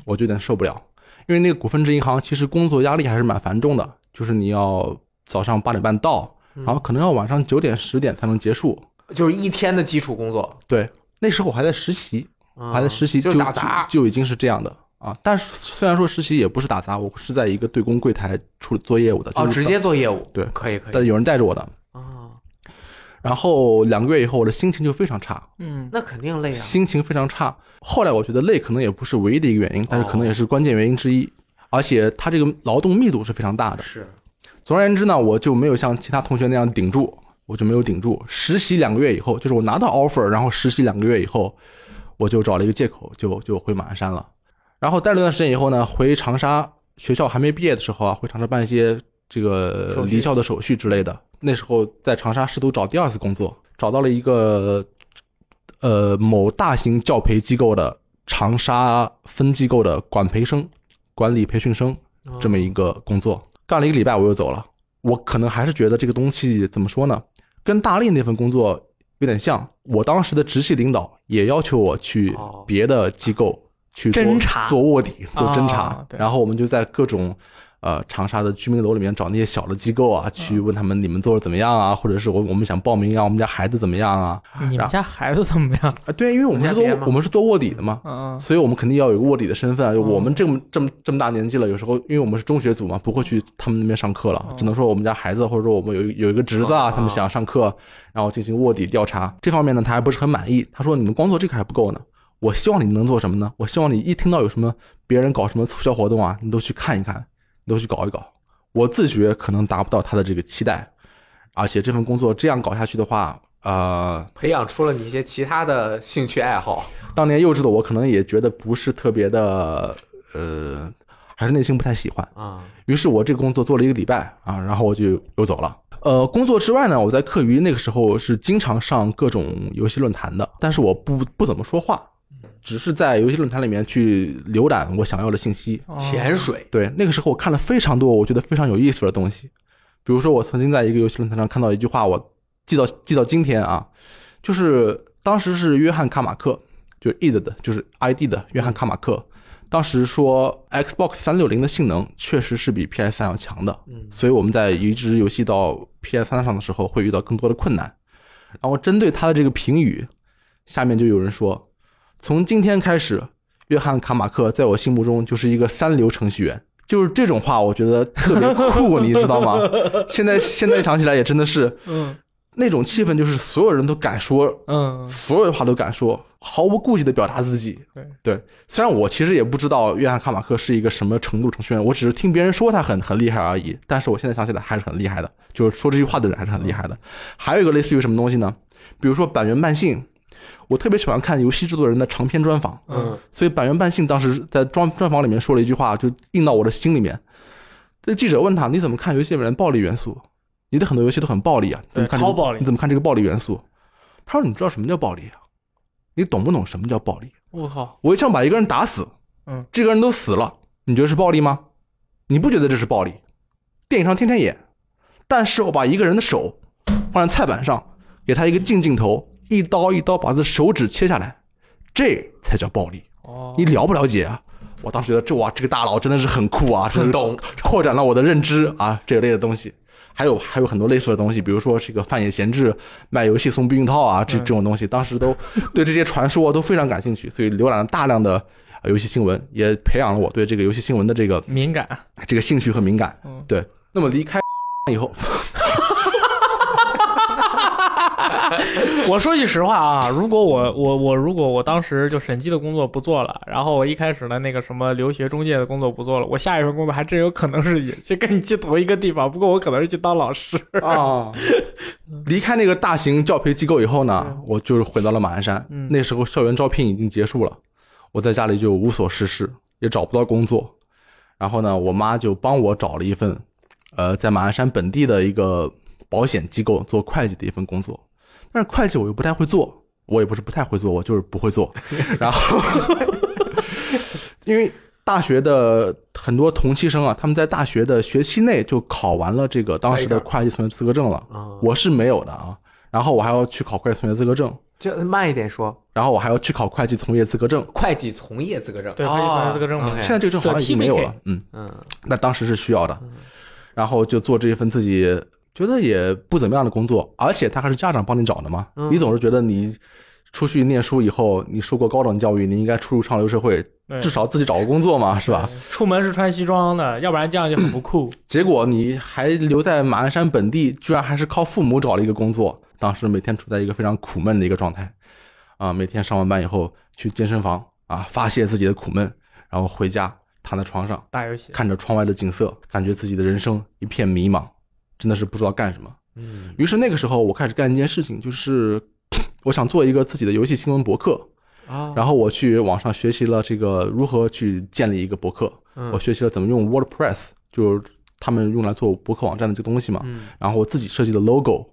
我就有点受不了，因为那个股份制银行其实工作压力还是蛮繁重的，就是你要早上八点半到，
嗯
然后可能要晚上九点十点才能结束。
就是一天的基础工作，
对，那时候我还在实习，
嗯
还在实习
就
就
打杂，
就就已经是这样的。啊，但是虽然说实习也不是打杂，我是在一个对公柜台处做业务的，
哦，
就是
直接做业务，
对
可以可以
但有人带着我的。
啊，
然后两个月以后，我的心情就非常差，
嗯，
那肯定累啊，
心情非常差。后来我觉得累可能也不是唯一的一个原因，但是可能也是关键原因之一。而且他这个劳动密度是非常大的。
是
总而言之呢，我就没有像其他同学那样顶住，我就没有顶住。实习两个月以后，就是我拿到 offer，然后实习两个月以后，我就找了一个借口，就就回马鞍山了。然后待了一段时间以后呢，回长沙学校还没毕业的时候啊，回长沙办一些这个
手续
离校的手续之类的。那时候在长沙试图找第二次工作，找到了一个呃某大型教培机构的长沙分机构的管培生、管理培训生
嗯
这么一个工作，干了一个礼拜我又走了。我可能还是觉得这个东西怎么说呢，跟大力那份工作有点像。我当时的直系领导也要求我去
哦
别的机构去做
侦查
做卧底、做侦
哦
查。
对
然后我们就在各种呃长沙的居民楼里面找那些小的机构啊，去问他们你们做的怎么样啊，或者是我我们想报名啊，我们家孩子怎么样啊？
你们家孩子怎么样？
啊，对，因为我们是做
人家编吗
我们是做卧底的嘛，
嗯，
所以我们肯定要有个卧底的身份啊。我们这么这么这么大年纪了，有时候因为我们是中学组嘛，不会去他们那边上课了，只能说我们家孩子或者说我们有一有一个侄子啊，他们想上课，然后进行卧底调查。这方面呢，他还不是很满意，他说你们光做这个还不够呢。我希望你能做什么呢？我希望你一听到有什么别人搞什么促销活动啊，你都去看一看，你都去搞一搞。我自觉可能达不到他的这个期待，而且这份工作这样搞下去的话，呃，
培养出了你一些其他的兴趣爱好，
当年幼稚的我可能也觉得不是特别的，呃，还是内心不太喜欢。
啊，
于是我这个工作做了一个礼拜啊，然后我就又走了。呃，工作之外呢，我在课余那个时候是经常上各种游戏论坛的，但是我不不怎么说话，只是在游戏论坛里面去浏览我想要的信息。
哦
潜水
对，那个时候我看了非常多我觉得非常有意思的东西，比如说我曾经在一个游戏论坛上看到一句话，我记到记到今天啊，就是当时是约翰卡马克，就是 id 的，就是 id 的约翰卡马克，当时说 Xbox 三六零的性能确实是比 PS 三要强的，
嗯
所以我们在移植游戏到 PS 三上的时候会遇到更多的困难。然后针对他的这个评语，下面就有人说，从今天开始，约翰卡马克在我心目中就是一个三流程序员。就是这种话，我觉得特别酷，你知道吗？现在现在想起来也真的是，
嗯，
那种气氛就是所有人都敢说，
嗯，
所有的话都敢说，毫无顾忌的表达自己。
对
虽然我其实也不知道约翰卡马克是一个什么程度程序员，我只是听别人说他很很厉害而已。但是我现在想起来还是很厉害的，就是说这句话的人还是很厉害的。还有一个类似于什么东西呢？比如说板垣慢信，我特别喜欢看游戏制作人的长篇专访。
嗯
所以板垣半信当时在专专访里面说了一句话，就印到我的心里面。这记者问他：“你怎么看游戏里面的暴力元素？你的很多游戏都很暴力啊，你怎么看、这个、
超暴力
你怎么看这个暴力元素？”他说：“你知道什么叫暴力啊？你懂不懂什么叫暴力？啊
我靠，
我一枪把一个人打死，
嗯，
这个人都死了，你觉得是暴力吗？你不觉得这是暴力？电影上天天演，但是我把一个人的手放在菜板上，给他一个近镜头，一刀一刀把他的手指切下来，这才叫暴力。”
哦，
你了不了解啊？我当时觉得这哇，这个大佬真的是很酷啊，
很
是
懂，
扩展了我的认知啊，这一类的东西。还有还有很多类似的东西，比如说这个范野贤治卖游戏送避孕套啊，这
嗯
这种东西，当时 都对这些传说都非常感兴趣，所以浏览了大量的呃游戏新闻，也培养了我对这个游戏新闻的这个
敏感，
这个兴趣和敏感
嗯。
对，那么离开 以后，
我说句实话啊，如果我我我如果我当时就审计的工作不做了，然后我一开始的那个什么留学中介的工作不做了，我下一份工作还真有可能是也去跟你去同一个地方，不过我可能是去当老师。
啊，离开那个大型教培机构以后呢，我就是回到了马鞍山。
嗯
那时候校园招聘已经结束了，我在家里就无所事事，也找不到工作。然后呢，我妈就帮我找了一份，呃，在马鞍山本地的一个保险机构做会计的一份工作。但是会计我又不太会做，我也不是不太会做，我就是不会做。然后，因为大学的很多同期生啊，他们在大学的学期内就考完了这个当时的会计从业资格证
嗯
了。
啊，
我是没有的啊。然后我还要去考会计从业资格证，
这慢一点说，
然后我还要去考会计从业资格证。
会计从业资格证，
对
哦
会计从业资格证嘛
OK
现在这个证好像已经没有了
哎 Certificate，嗯
嗯，
嗯
那当时是需要的。然后就做这一份自己觉得也不怎么样的工作，而且他还是家长帮你找的嘛。
嗯
你总是觉得你出去念书以后，你受过高等教育，你应该出入上流社会，
对
至少自己找个工作嘛，是吧？
出门是穿西装的，要不然这样就很不酷。
结果你还留在马鞍山本地，居然还是靠父母找了一个工作。当时每天处在一个非常苦闷的一个状态，啊，每天上完班以后去健身房啊发泄自己的苦闷，然后回家躺在床上
打游戏，
看着窗外的景色，感觉自己的人生一片迷茫，真的是不知道干什么。
嗯
于是那个时候，我开始干一件事情，就是我想做一个自己的游戏新闻博客。
嗯
啊，
哦
然后我去网上学习了这个如何去建立一个博客，
嗯
我学习了怎么用 WordPress，就是他们用来做博客网站的这个东西嘛。
嗯
然后我自己设计了 logo，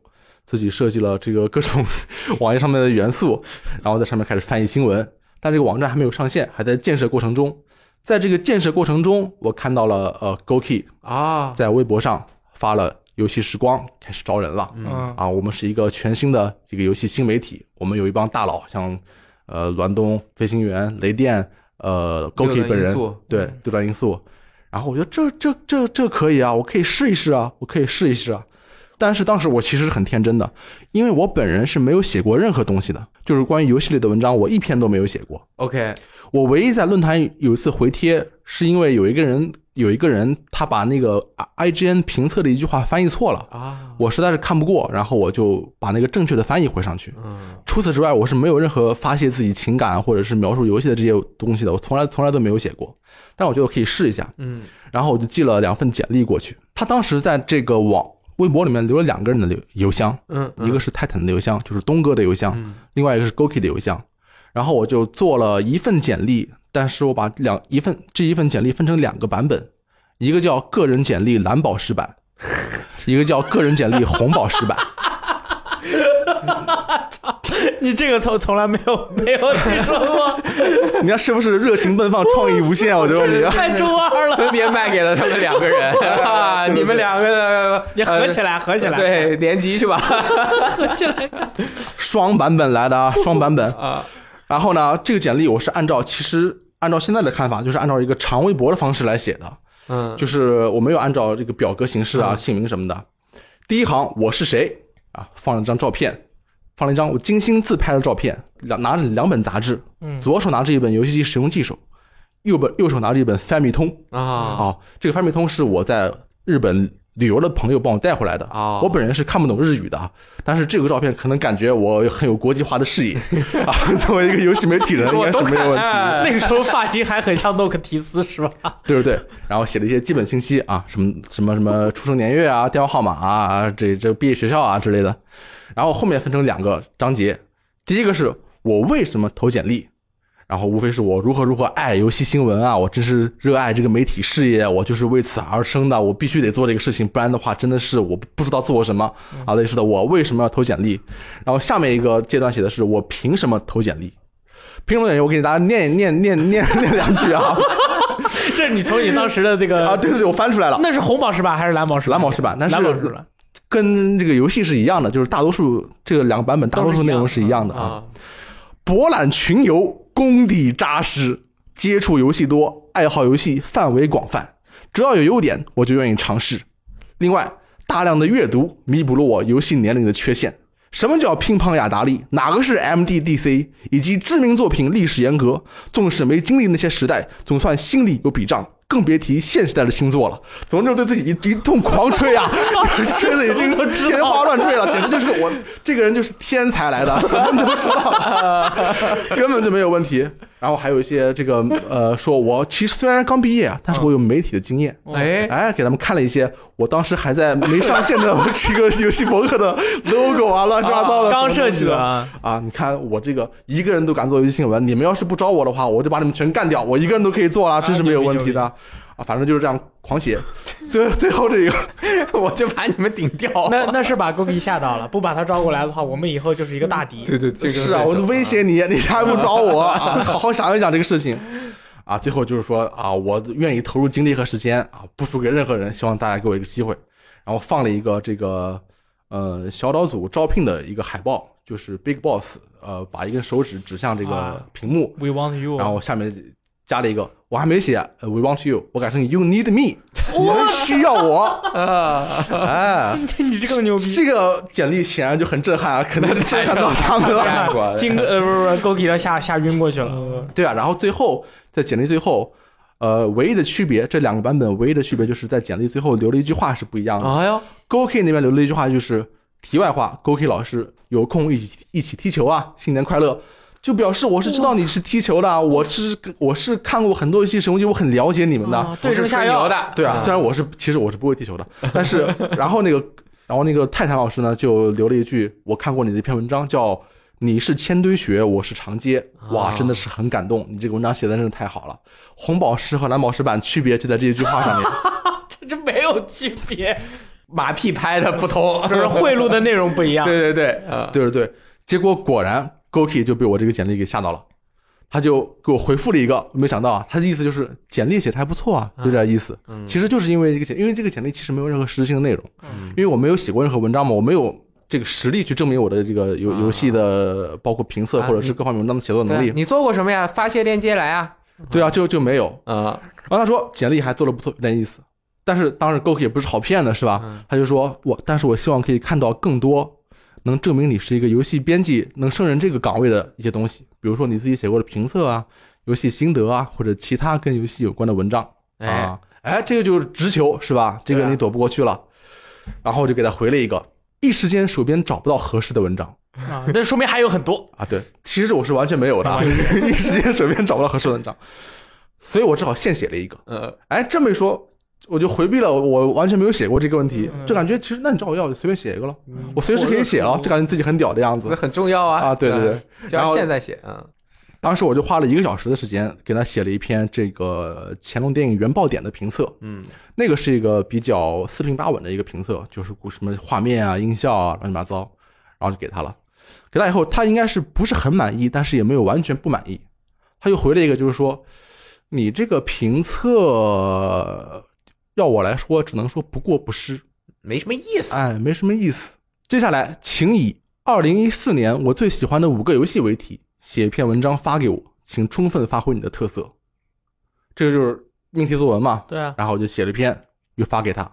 自己设计了这个各种 网页上面的元素，然后在上面开始翻译新闻。但这个网站还没有上线，还在建设过程中。在这个建设过程中，我看到了呃 Goki
啊，
在微博上发了游戏时光开始招人了。
嗯
啊，我们是一个全新的这个游戏新媒体，我们有一帮大佬，像呃栾东、飞行员、雷电、呃 g
六
o k
段
本
因
人
素，
对
嗯
对转因素。然后我觉得这这这这可以啊，我可以试一试啊，我可以试一试啊。但是当时我其实是很天真的，因为我本人是没有写过任何东西的，就是关于游戏类的文章，我一篇都没有写过。
OK，
我唯一在论坛有一次回帖，是因为有一个人有一个人他把那个 I- IGN 评测的一句话翻译错了，
啊，
我实在是看不过，然后我就把那个正确的翻译回上去。
嗯
除此之外，我是没有任何发泄自己情感或者是描述游戏的这些东西的，我从来从来都没有写过。但我觉得我可以试一下，
嗯
然后我就寄了两份简历过去。他当时在这个网微博里面留了两个人的邮邮箱，
嗯，
一个是泰坦的邮箱，就是东哥的邮箱，
嗯
另外一个是 Goki 的邮箱。然后我就做了一份简历，但是我把两一份这一份简历分成两个版本，一个叫个人简历蓝宝石版，一个叫个人简历红宝石版。
你这个从从来没有没有听说过，
你看是不是热情奔放、创意无限？啊我觉得你
太中 二了。
分别卖给了他们两个 人啊，你们两个的
你合起
来。
来，合起来，，
呃对，联机去吧。
合起来。
双版本来的啊，双版本
啊。
然后呢，这个简历我是按照其实按照现在的看法，就是按照一个长微博的方式来写的，
嗯，
就是我没有按照这个表格形式啊、姓名什么的。第一行我是谁啊，放了一张照片，放了一张我精心自拍的照片，两拿着两本杂志，
嗯
左手拿着一本游戏机使用技术，右本右手拿着一本 Family 通。
啊，
啊，这个翻米通是我在日本旅游的朋友帮我带回来的。
哦
我本人是看不懂日语的啊，但是这个照片可能感觉我很有国际化的视野 啊。作为一个游戏媒体人，应
我
该
都
是没有问
看
题。
哎
那个时候发型还很像诺克提斯是吧？
对不对？然后写了一些基本信息啊，什么什么什么出生年月啊、电话号码啊、这这毕业学校啊之类的。然后后面分成两个章节，第一个是我为什么投简历，然后无非是我如何如何爱游戏新闻啊，我真是热爱这个媒体事业，我就是为此而生的，我必须得做这个事情，不然的话真的是我不不知道做什么啊。类似的，我为什么要投简历？然后下面一个阶段写的是我凭什么投简历。凭什么简历？我给大家念念念念念两句啊
这是你从你当时的这个
啊！对对对，我翻出来了。
那是红宝石版还是蓝宝石？
蓝宝石版但是
蓝宝石版
跟这个游戏是一样的，就是大多数这个两个版本大多数内容是一样的啊。
啊，
博览群游，功底扎实，接触游戏多，爱好游戏范围广泛，只要有优点我就愿意尝试。另外，大量的阅读弥补了我游戏年龄的缺陷。什么叫乒乓雅达利？哪个是 MDDC？以及知名作品历史沿革，纵使没经历那些时代，总算心里有笔账，更别提现时代的星座了。总之，对自己一一通狂吹啊， 吹的已经天花乱坠了，简直就是我这个人就是天才来的，什么都知道， 根本就没有问题。然后还有一些这个呃，说我其实虽然刚毕业啊，但是我有媒体的经验，
哦
哎，
哎，给他们看了一些我当时还在没上线的 我这个游戏博客的 logo 啊，乱七八糟的，
刚设计的
的
啊，
啊！你看我这个一个人都敢做游戏新闻，你们要是不招我的话，我就把你们全干掉，我一个人都可以做了，这是没有问题的啊！反正就是这样狂写，最最后这个
哎 我就把你们顶掉。
那那是把 Gogi 吓到了，不把他招过来的话，我们以后就是一个大 敌。
对对，竞争
是啊，
对
我
手
就威胁你，你还不找我啊？好好想一想这个事情啊。最后就是说啊，我愿意投入精力和时间啊，不输给任何人，希望大家给我一个机会。然后放了一个这个呃小岛组招聘的一个海报，就是 Big Boss，呃，把一个手指指向这
啊
个屏幕，
We want you。
然后下面加了一个，我还没写呃 We want you，我改成 You need me，你们需要我。 哎，
你这更牛逼。
这个简历显然就很震撼啊，可能是震撼到他们了。
干过
金哥呃不是不是 Gogi 都吓吓晕过去了。
对啊，然后最后在简历最后，呃，唯一的区别，这两个版本唯一的区别就是在简历最后留了一句话是不一样的。
哎呦，
GoK 那边留了一句话就是题外话，GoK 老师有空一起一起踢球啊，新年快乐。就表示我是知道你是踢球的啊，我是我是看过很多游戏神游记，我很了解你们的。
啊对症
是
下
吹牛
药。
的，
对啊，虽然我是其实我是不会踢球的，但是然后那个然后那个泰坦老师呢就留了一句，我看过你的一篇文章叫。你是千堆雪，我是长街，哇，
啊
真的是很感动！你这个文章写的真是太好了。红宝石和蓝宝石版区别就在这一句话上面。
这这没有区 别，
马屁拍的不通，
就是贿赂的内容不一 样。
对对对，啊，
对对对，结果果然 Goki 就被我这个简历给吓到了，他就给我回复了一个，没想到啊，他的意思就是简历写的还不错啊，有点意思。
嗯
其实就是因为这个简，因为这个简历其实没有任何实质性的内容，
嗯
因为我没有写过任何文章嘛，我没有这个实力去证明我的这个游、
啊
游戏的包括评测
啊
或者是各方面文章的写作能力
对，你做过什么呀？发些链接来啊！
对啊，就就没有。
啊，
然后他说简历还做的不错，有点意思。但是当时 Goki 也不是好骗的，是吧？
嗯
他就说我，但是我希望可以看到更多能证明你是一个游戏编辑能胜任这个岗位的一些东西，比如说你自己写过的评测啊、游戏心得啊，或者其他跟游戏有关的文章
哎，
啊。哎，这个就是直球，是吧？这
对
个
啊
你躲不过去了。然后我就给他回了一个，一时间手边找不到合适的文章。
啊，那说明还有很多。
啊，对，其实我是完全没有的啊， 一时间手边找不到合适的文章，所以我只好现写了一个。
嗯，
哎，这么一说，我就回避了我我完全没有写过这个问题，
嗯
就感觉其实那你找我要，我就随便写一个了，我随时可以写了，就感觉自己很屌的样
那
子
很重要 啊！
啊！对对对，
对，就
然
要
后
现在写啊，
当时我就花了一个小时的时间给他写了一篇这个乾隆电影原爆点的评测，
嗯，
那个是一个比较四平八稳的一个评测，就是什么画面啊、音效啊、乱七八糟，然后就给他了。给他以后，他应该是不是很满意，但是也没有完全不满意。他又回了一个，就是说，你这个评测要我来说，只能说不过不失，
没什么意思。
哎，没什么意思。接下来，请以二零一四年我最喜欢的五个游戏为题，写一篇文章发给我，请充分发挥你的特色。这个就是命题作文嘛，
对啊，
然后我就写了一篇，又发给他。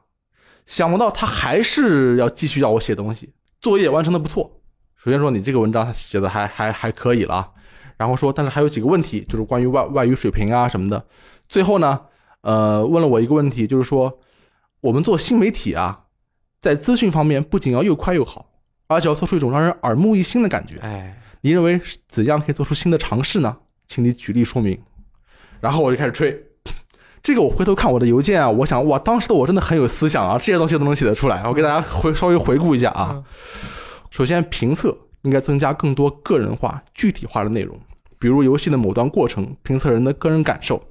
想不到他还是要继续要我写东西，作业完成的不错。首先说你这个文章他写的还还还可以了啊，然后说但是还有几个问题，就是关于外外语水平啊什么的。最后呢，呃，问了我一个问题，就是说我们做新媒体啊，在资讯方面不仅要又快又好，而且要做出一种让人耳目一新的感觉。
哎，
你认为是怎样可以做出新的尝试呢？请你举例说明。然后我就开始吹。这个我回头看我的邮件啊，我想哇，当时的我真的很有思想啊，这些东西都能写得出来。我给大家回稍微回顾一下啊。
嗯
首先，评测应该增加更多个人化、具体化的内容，比如游戏的某段过程，评测人的个人感受。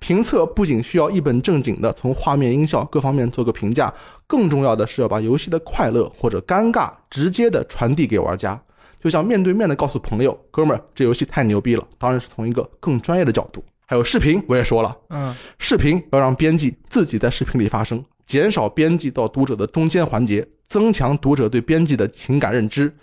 评测不仅需要一本正经的从画面、音效各方面做个评价，更重要的是要把游戏的快乐或者尴尬直接的传递给玩家，就像面对面的告诉朋友：“哥们儿，这游戏太牛逼了。”当然是从一个更专业的角度。还有视频，我也说了，
嗯
视频要让编辑自己在视频里发声，减少编辑到读者的中间环节，增强读者对编辑的情感认知。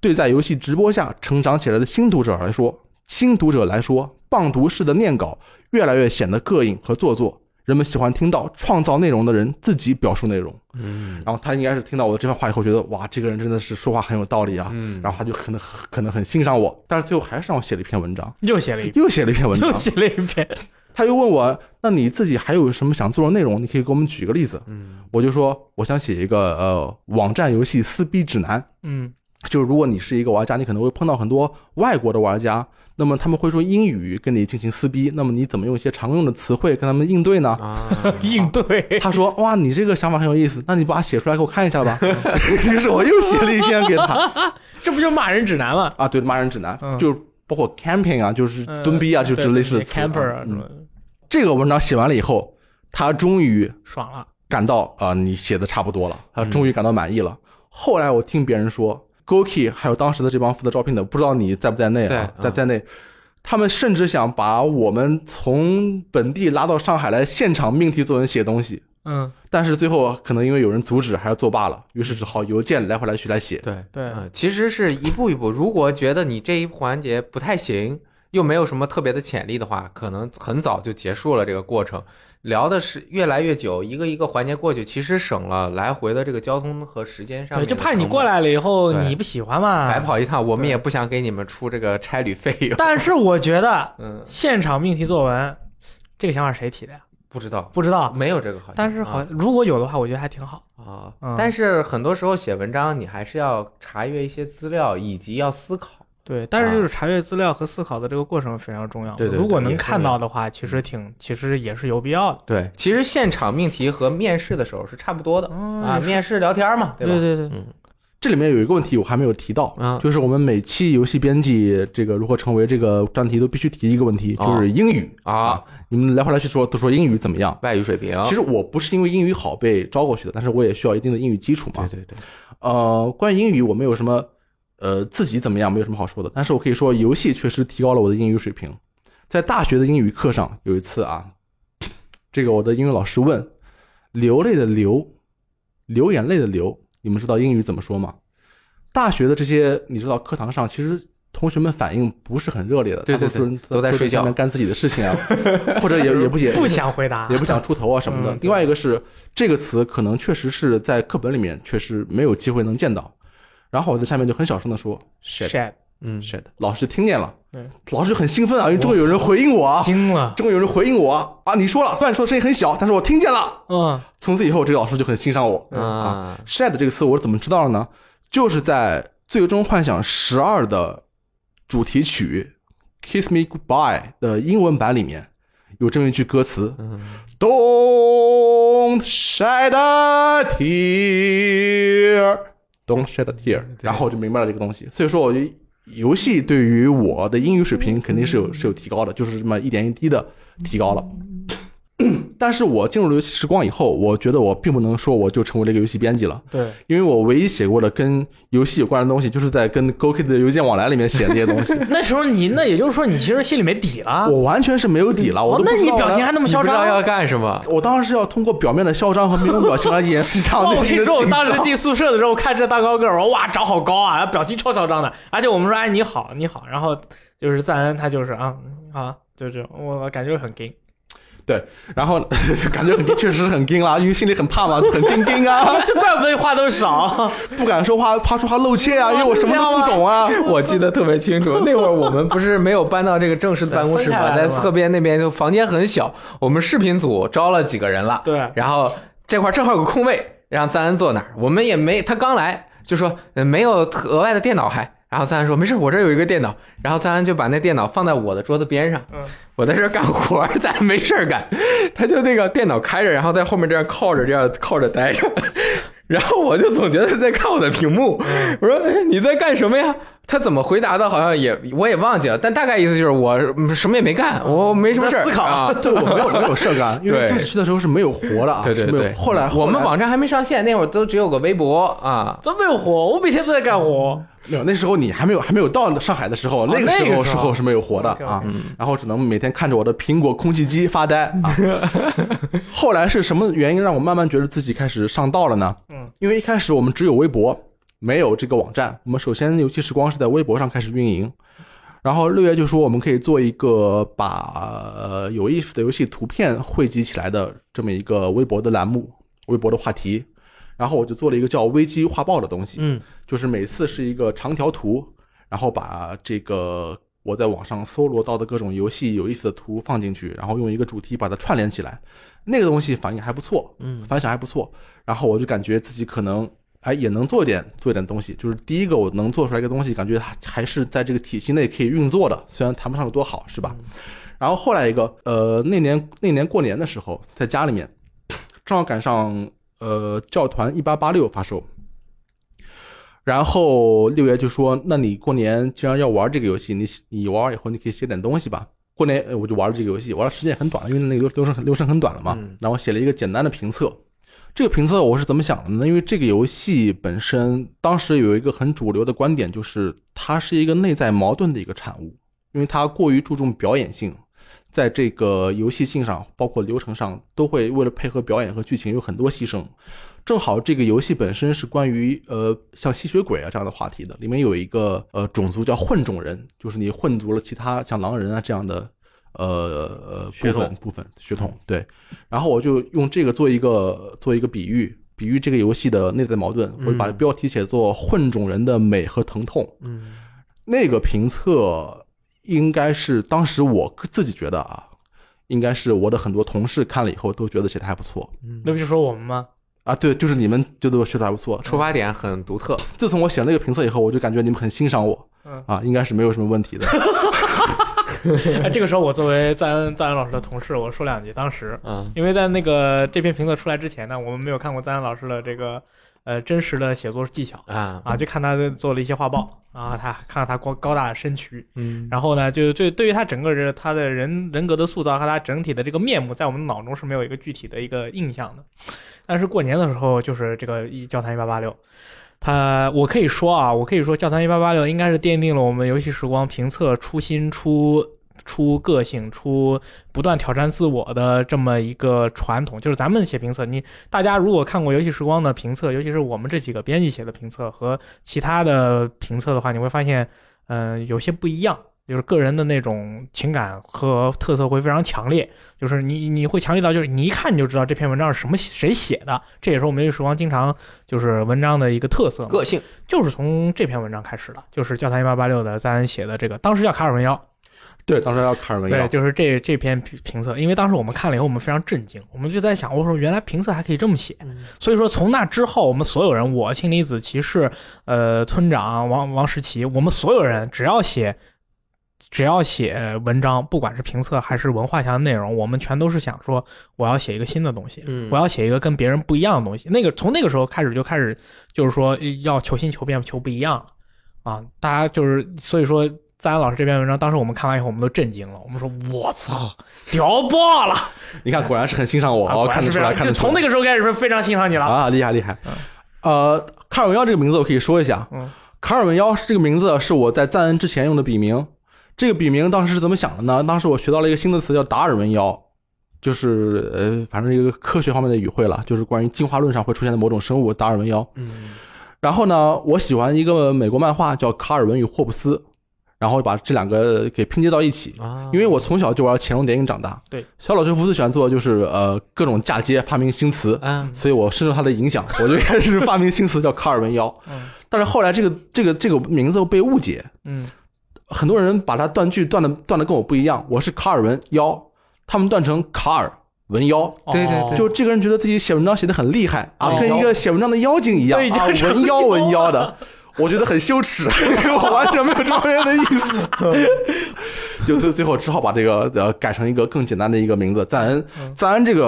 对在游戏直播下成长起来的新读者来说，新读者来说，棒读式的念稿越来越显得膈应和做作。人们喜欢听到创造内容的人自己表述内容，
嗯
然后他应该是听到我的这番话以后，觉得哇，这个人真的是说话很有道理啊，
嗯，
然后他就可能可能很欣赏我，但是最后还是让我写了一篇文章，
又写了一篇，
又写了一篇文章
哎又，写了一篇，
他又问我，那你自己还有什么想做的内容？你可以给我们举个例子。
嗯
我就说，我想写一个呃网站游戏撕逼指南。
嗯
就是如果你是一个玩家，你可能会碰到很多外国的玩家，那么他们会说英语跟你进行撕逼，那么你怎么用一些常用的词汇跟他们应对呢？
啊，
应对，
他说：“哇，你这个想法很有意思，那你把它写出来给我看 一下吧。”于是我又写了一篇给他。
这不就骂人指南了？
啊，对，骂人指南，
嗯
就是包括 camping 啊，就是
嗯
蹲逼啊，就
对
这类似的
对
词、
camper 啊
啊。
什
嗯
么的，
这个文章写完了以后，他终于
爽了。
感到啊、呃你写的差不多了，啊，
嗯
终于感到满意了。后来我听别人说，Goki 还有当时的这帮负责招聘的，不知道你在不在内啊，
在
在
嗯
在内，他们甚至想把我们从本地拉到上海来现场命题作文写东西，
嗯，
但是最后可能因为有人阻止，还是作罢了，于是只好邮件来回来去来写。
对
对
嗯，其实是一步一步。如果觉得你这一环节不太行，又没有什么特别的潜力的话，可能很早就结束了这个过程。聊的是越来越久，一个一个环节过去，其实省了来回的这个交通和时间上面
对，
的
就
成本。
怕你过来了以后
对
你不喜欢嘛，
白。跑一趟，我们
对
也不想给你们出这个差旅费用。
但是我觉得
嗯，
现场命题作文这个想法是谁提的呀？
不知道，啊
不知道，
没有这个好像。
但是好，
啊
如果有的话，我觉得还挺好。
啊
嗯
但是很多时候写文章，你还是要查阅一些资料，以及要思考。
对，但是就是查阅资料和思考的这个过程非常重要。
嗯对对对嗯
如果
也
能
是
看到的话，其实挺，其实也是有必要的。
对，其实现场命题和面试的时候是差不多的、
嗯
啊，
也是
面试聊天嘛，
对
吧？
对对，
嗯，
这里面有一个问题我还没有提到，
啊
就是我们每期游戏编辑这个如何成为这个专题都必须提一个问题，
哦
就是英语
啊，
你们来回来去说都说英语怎么样？
外语水平，
其实我不是因为英语好被招过去的，但是我也需要一定的英语基础嘛。
对对对，
呃，关于英语我没有什么呃自己怎么样没有什么好说的，但是我可以说游戏确实提高了我的英语水平。在大学的英语课上有一次啊，这个我的英语老师问流泪的流，流眼泪的流，你们知道英语怎么说吗？大学的这些你知道课堂上其实。同学们反应不是很热烈的，
对对
大多数人
对都在睡觉
下面干自己的事情啊，或者也也不 也
不想回答
也。不想出头啊什么的
嗯。
另外一个是这个词可能确实是在课本里面确实没有机会能见到，然后我在下面就很小声的说 shit
shit，
嗯，
shit，老师听见了
对，
老师很兴奋啊，因为终于有人回应我啊，
惊了，
终于有人回应我啊啊！你说了，虽然说声音很小，但是我听见了。
哦
嗯，
从此以后，这个老师就很欣赏我。
啊，
shit 这个词我是怎么知道的呢？就是在《最终幻想十二》的主题曲《Kiss Me Goodbye》的英文版里面有这么一句歌词，
嗯
Don't shed a tear. Don't shed a tear. 然后我就明白了这个东西。所以说，我觉得游戏对于我的英语水平肯定是有是有提高的，就是这么一点一滴的提高了。但是我进入了游戏时光以后，我觉得我并不能说我就成为了一个游戏编辑了，
对，
因为我唯一写过的跟游戏有关的东西，就是在跟 GoKid 的邮件往来里面写的那些 东西，
嗯那时候你那也就是说你其实心里没底了。
我完全是没有底了。我
哦
都，不
那
知
你
道
表
我
情
来
还那么
你
嚣
不知道要
张？
干什么？
我当时是要通过表面的嚣张和面部表情来掩饰一下
哦，
内
我跟
心
你
的
说，我
紧
当时
张。
进宿舍的时候，看这大高个儿，我说哇，长好高啊，表情超嚣张的。而且我们说，哎，你好，你好，然后就是赞恩，他就是啊啊，就是我感觉 很 gay，
然后呃感觉很确实很惊啦，因为心里很怕嘛，很惊惊 啊，
这怪不得话都少。
不敢说话，怕说话露怯啊，因为我什么都不懂啊。
我记得特别清 楚，那会儿我们不是没有搬到这个正式的办公室
分开
嘛，
来
在
了嘛
侧边那边就房间很小，我们视频组招了几个人了，
对
然后。这块儿正好有个空位，让赞恩坐那儿。我们也没他刚来就说呃没有特额外的电脑还。然后赞恩说没事，我这儿有一个电脑。然后赞恩就把那电脑放在我的桌子边上
嗯，
我在这儿干活儿，赞恩没事儿干，他就那个电脑开着，然后在后面这样靠着，这样靠着待着。然后我就总觉得他在看我的屏幕，
嗯
我说哎你在干什么呀？他怎么回答的？好像也我也忘记了，但大概意思就是我嗯什么也没干，我 没什么事儿
在思考
啊。
对我没有没有事儿干，因为
对
开始去的时候是没有活的啊，
对对
是没有
对
后来
我
后
们
来
网站还没上线，那会儿都只有个微博啊。
真没有活，我每天都在干活。
没有，那时候你还没有还没有到上海的时候，那
哦那
时
个
候
时
时
候
候是没有活的
OK，OK
啊，然后只能每天看着我的苹果空气机发呆 啊。后来是什么原因让我慢慢觉得自己开始上道了呢？
嗯，
因为一开始我们只有微博，没有这个网站。我们首先游戏时光是在微博上开始运营，然后六月就说我们可以做一个把呃有意思的游戏图片汇集起来的这么一个微博的栏目，微博的话题。然后我就做了一个叫危机画报的东西，
嗯，
就是每次是一个长条图，然后把这个我在网上搜罗到的各种游戏有意思的图放进去，然后用一个主题把它串联起来。那个东西反应还不错，
嗯，
反响还不错。然后我就感觉自己可能哎也能做一点做一点东西，就是第一个我能做出来一个东西，感觉还还是在这个体系内可以运作的，虽然谈不上有多好，是吧？然后后来一个呃那年那年过年的时候，在家里面正好赶上呃教团一八八六发售，然后六爷就说：“那你过年既然要玩这个游戏，你你玩完以后你可以写点东西吧。”过年呃我就玩了这个游戏，玩了时间也很短，因为那个流流程很流程很短了嘛
嗯。
然后写了一个简单的评测。这个评测我是怎么想的呢？因为这个游戏本身当时有一个很主流的观点，就是它是一个内在矛盾的一个产物，因为它过于注重表演性，在这个游戏性上，包括流程上，都会为了配合表演和剧情有很多牺牲。正好这个游戏本身是关于呃像吸血鬼啊这样的话题的，里面有一个呃种族叫混种人，就是你混足了其他像狼人啊这样的呃呃
血
部
统
分部分血统对。然后我就用这个做一个做一个比喻，比喻这个游戏的内在矛盾，我就把
嗯
标题写作“混种人的美和疼痛”。
嗯
那个评测应该是当时我自己觉得啊，应该是我的很多同事看了以后都觉得写的还不错
那不就说我们 吗？
啊。对，就是你们觉得我写的还不错。
出发点很独特，
自从我写了那个评测以后，我就感觉你们很欣赏我
嗯，
啊，应该是没有什么问题的。
哎，这个时候我作为赞恩赞恩老师的同事，我说两句。当时
嗯
因为在那个这篇评测出来之前呢，我们没有看过赞恩老师的这个呃真实的写作技巧
啊
啊，就看他做了一些画报啊，他看到他高高大的身躯，
嗯
然后呢，就就对于他整个人他的人人格的塑造和他整体的这个面目，在我们脑中是没有一个具体的一个印象的。但是过年的时候，就是这个一教堂一八八六，他我可以说啊，我可以说教堂一八八六应该是奠定了我们游戏时光评测初心出。出个性、出不断挑战自我的这么一个传统，就是咱们写评测，你大家如果看过游戏时光的评测，尤其是我们这几个编辑写的评测和其他的评测的话，你会发现，嗯、有些不一样。就是个人的那种情感和特色会非常强烈，就是你你会强烈到就是你一看你就知道这篇文章是什么谁写的，这也是我们游戏时光经常就是文章的一个特色 嘛，
个性
就是从这篇文章开始的，就是教堂一八八六的赞恩写的这个，当时叫卡尔文妖，
对，当时要看人
对，
要
就是这这篇评评测，因为当时我们看了以后，我们非常震惊，我们就在想，我说原来评测还可以这么写，所以说从那之后，我们所有人，我氢离子骑士，呃，村长王王石奇，我们所有人只要写。只要写文章，不管是评测还是文化项的内容，我们全都是想说，我要写一个新的东西，
嗯
我要写一个跟别人不一样的东西。那个从那个时候开始就开始，就是说要求新、求变、求不一样了啊！大家就是所以说，赞恩老师这篇文章，当时我们看完以后，我们都震惊了，我们说我操，屌爆了！
你看，果然是很欣赏我，
啊
哦，看得出
果
来，
然是非常
看得
就
出
从那
来
个时候开始说非常欣赏你了。
啊，厉害厉害
嗯。
呃，卡尔文妖这个名字我可以说一下，
嗯
卡尔文妖这个名字是我在赞恩之前用的笔名。这个笔名当时是怎么想的呢？当时我学到了一个新的词叫达尔文妖，就是呃，反正一个科学方面的语汇了，就是关于进化论上会出现的某种生物达尔文妖。
嗯
然后呢，我喜欢一个美国漫画叫《卡尔文与霍布斯》，然后把这两个给拼接到一起。
啊
因为我从小就玩乾隆电影长大，
对，
小老师福最喜欢做的就是呃各种嫁接发明新词，
嗯
所以我深受他的影响， 我就开始发明新词叫卡尔文妖。
嗯
但是后来这个这个这个名字被误解，
嗯
很多人把它断句断的断的跟我不一样，我是卡尔文妖，他们断成卡尔文妖，
对对
哦
对
就这个人觉得自己写文章写的很厉害啊，
哦
跟一个写文章的妖精一样
对
啊
就，是
文妖文妖的，我觉得很羞耻， 我完全没有这方面的意 思。就最最后只好把这个呃改成一个更简单的一个名字，赞恩，
嗯
赞恩这个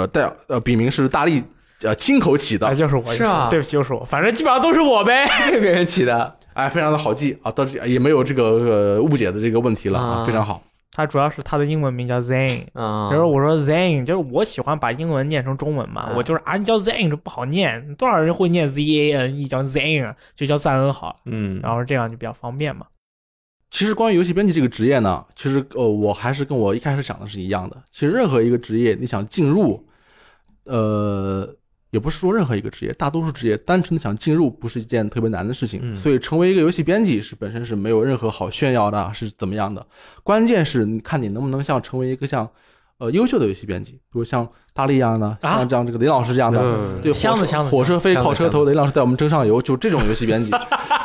呃代呃笔名是大力呃亲口起
啊，
的，
就是我，
是啊
对不起，就是我，反正基本上都是我 呗。
被别人起的，
哎，非常的好记啊，到这也没有这个呃误解的这个问题了啊，
啊
非常好。
他主要是他的英文名叫 Zane，
嗯，
比如说我说 Zane，就是我喜欢把英文念成中文嘛，
嗯
我就是啊，你叫 Zane 这不好念，多少人会念 Z A N E 叫 Zane，啊就叫赞恩好了，
嗯，
然后这样就比较方 便嘛。
其实关于游戏编辑这个职业呢，其实呃，我还是跟我一开始想的是一样的。其实任何一个职业，你想进入，呃，也不是说任何一个职业，大多数职业单纯的想进入不是一件特别难的事情。
嗯
所以成为一个游戏编辑是本身是没有任何好炫耀的，是怎么样的。关键是你看你能不能像成为一个像呃优秀的游戏编辑，比如像大力一样呢，
啊
像这样这个雷老师这样的，
嗯
对，
箱子
火车
箱子
火车飞
箱子
靠车头，雷老师带我们争上游，就这种游戏 编辑，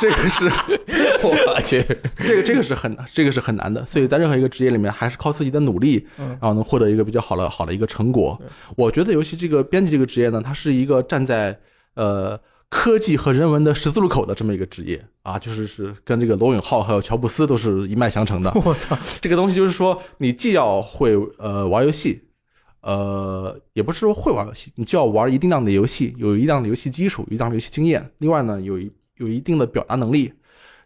这个是。
我去，
这个这个是很这个是很难的，所以在任何一个职业里面，还是靠自己的努力，
嗯
然后能获得一个比较好的好的一个成果。我觉得，尤其这个编辑这个职业呢，它是一个站在呃科技和人文的十字路口的这么一个职业啊，就是是跟这个罗永浩还有乔布斯都是一脉相承的。
我操，
这个东西就是说，你既要会呃玩游戏，呃，也不是说会玩游戏，你就要玩一定量的游戏，有一定量的游戏基础，有一定量的游戏经验。另外呢，有一有一定的表达能力。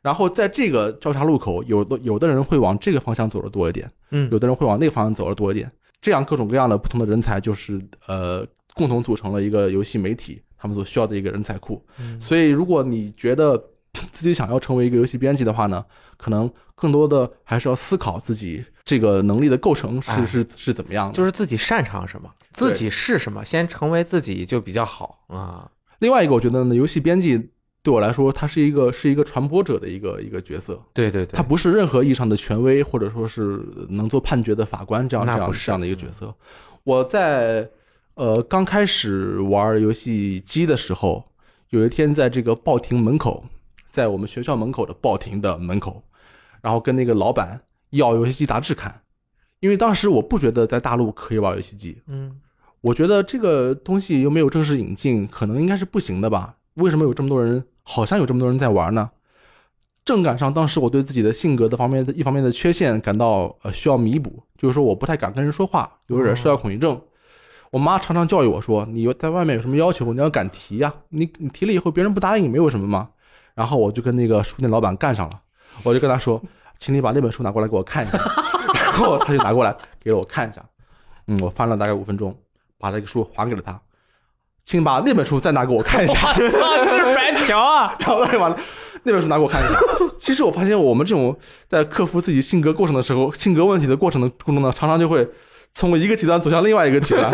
然后在这个交叉路口，有的有的人会往这个方向走的多一点，
嗯
有的人会往那个方向走的多一点。这样各种各样的不同的人才，就是呃，共同组成了一个游戏媒体他们所需要的一个人才库。
嗯
所以，如果你觉得自己想要成为一个游戏编辑的话呢，可能更多的还是要思考自己这个能力的构成是、
哎
是是怎么样的。
就是自己擅长什么，自己是什么，先成为自己就比较好啊。
另外一个，我觉得呢，游戏编辑对我来说，它是一个是一个传播者的一个一个角色，
对对对
他，不是任何意义上的权威，或者说是能做判决的法官这样这
那
样
不是嗯
这样的一个角色。我在呃刚开始玩游戏机的时候，有一天在这个报亭门口，在我们学校门口的报亭的门口，然后跟那个老板要游戏机杂志看，因为当时我不觉得在大陆可以玩游戏机，
嗯
我觉得这个东西又没有正式引进，可能应该是不行的吧？为什么有这么多人，好像有这么多人在玩呢？正赶上当时我对自己的性格的方面的一方面的缺陷感到呃需要弥补，就是说我不太敢跟人说话，有点社交恐惧症。我妈常常教育我说：“你在外面有什么要求，你要敢提呀、你你提了以后别人不答应，没有什么嘛。”然后我就跟那个书店老板干上了，我就跟他说：“请你把那本书拿过来给我看一下。” 然后他就拿过来给了我看一下，嗯，我翻了大概五分钟，把这个书还给了他，请把那本书再拿给我看一下。
我操，这是白嫖啊！
然后他就完了，那本书拿给我看一下。其实我发现我们这种在克服自己性格过程的时候，性格问题的过程的过程呢，常常就会从一个极端走向另外一个极端，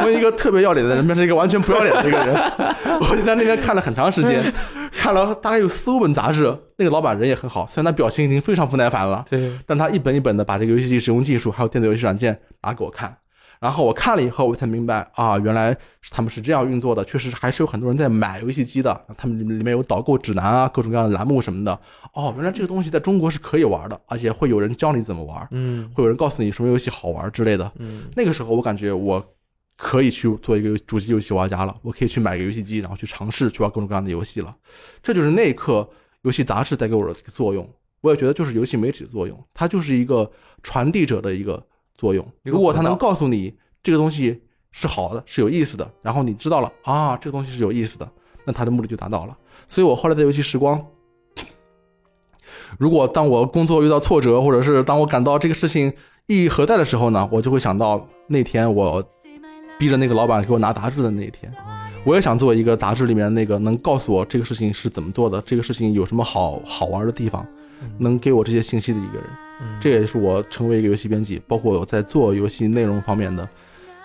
从一个特别要脸的人变成一个完全不要脸的一个人。我就在那边看了很长时间，看了大概有四五本杂志。那个老板人也很好，虽然他表情已经非常不耐烦了，
对，
但他一本一本的把这个游戏机使用技术还有电子游戏软件拿给我看，然后我看了以后，我才明白啊，原来是他们是这样运作的，确实还是有很多人在买游戏机的，他们里面有导购指南啊，各种各样的栏目什么的。哦，原来这个东西在中国是可以玩的，而且会有人教你怎么玩，
嗯
会有人告诉你什么游戏好玩之类的。
嗯，
那个时候我感觉我可以去做一个主机游戏玩家了，我可以去买个游戏机，然后去尝试去玩各种各样的游戏了。这就是那一刻游戏杂志带给我的作用。我也觉得就是游戏媒体的作用，它就是一个传递者的一个作用。
一个
如果它
管道
能告诉你这个东西是好的，是有意思的，然后你知道了啊，这个东西是有意思的，那它的目的就达到了。所以我后来的游戏时光 如果当我工作遇到挫折，或者是当我感到这个事情意义何在的时候呢，我就会想到那天我逼着那个老板给我拿杂志的那一天，我也想做一个杂志里面那个能告诉我这个事情是怎么做的，这个事情有什么好好玩的地方，能给我这些信息的一个人。
嗯
这也是我成为一个游戏编辑，包括我在做游戏内容方面的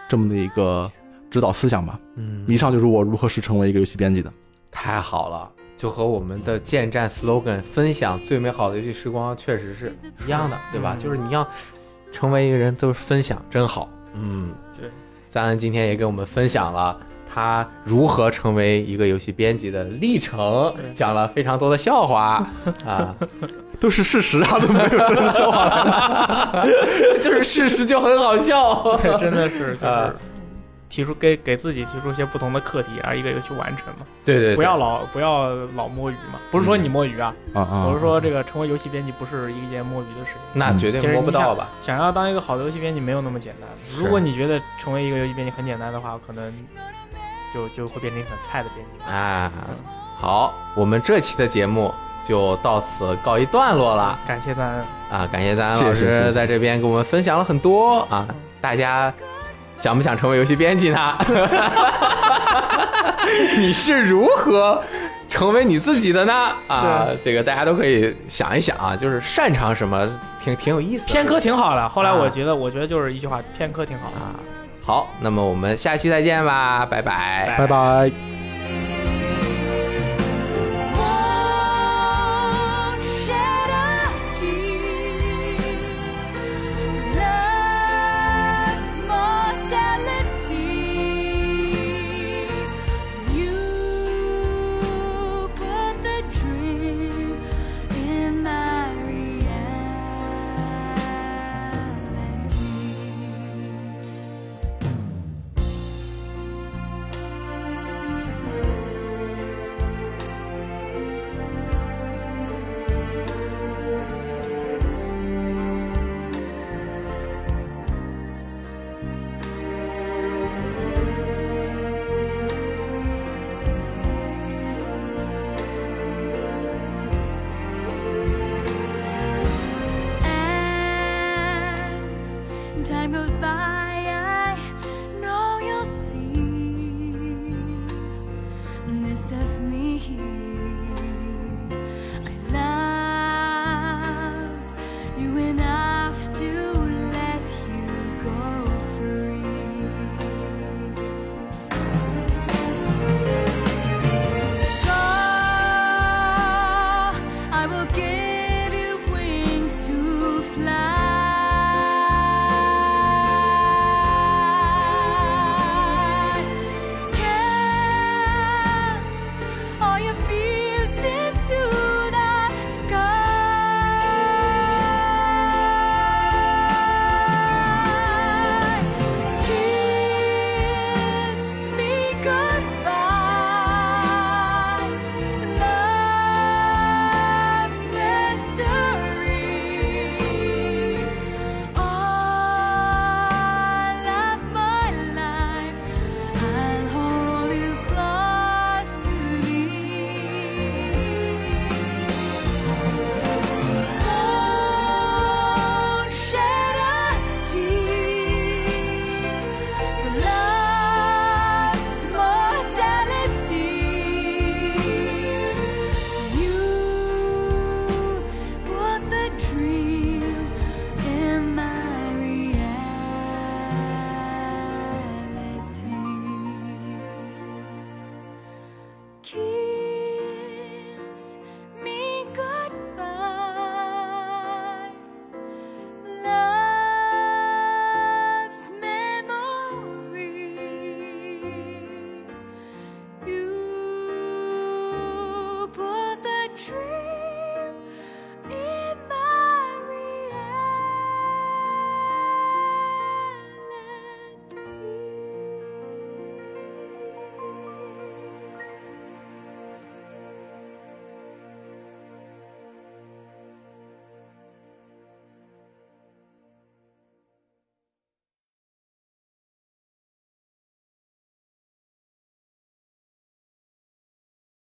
这么的一个指导思想吧。
嗯
以上就是我如何是成为一个游戏编辑的。
太好了，就和我们的建站 slogan“ 分享最美好的游戏时光”确实是一样的，对吧？就是你要成为一个人，都是分享，真好。嗯，
对。
赞恩今天也给我们分享了他如何成为一个游戏编辑的历程，讲了非常多的笑话啊，
都是事实啊，都没有真的笑话。
就是事实就很好 笑。
对，真的是就
啊
是提出给给自己提出一些不同的课题，然后一个一个去完成嘛。
对对对，
不要老不要老摸鱼嘛，不是说你摸鱼啊，
啊啊！
我是说这个成为游戏编辑不是一件摸鱼的事情。
那绝对摸不到吧？
想要当一个好的游戏编辑没有那么简单。
是
如果你觉得成为一个游戏编辑很简单的话，可能就就会变成一个很菜的编辑。
啊，好，我们这期的节目就到此告一段落了。
感谢咱
啊，感谢咱
是
老
是是
师
是
在这边给我们分享了很多啊，大家想不想成为游戏编辑呢？ 你是如何成为你自己的呢？啊，这个大家都可以想一想啊，就是擅长什么，挺挺有意思的。
偏科挺好的，后来
啊
我觉得，我觉得就是一句话，偏科挺好的。
啊，好，那么我们下期再见吧，拜拜
拜
拜拜。
Won't shed a tear for love's mortality. You put the dream in my reality. As time goes by, I know you'll see this of me. I love you enough to let you go free. Go, I will give you wings to fly. Cast all your fears into the sky. Kiss me goodbye, love's mystery. All of my life, I'll hold you close to me. Won't shed a tear for love's mortality. You put the dream in my reality. Keep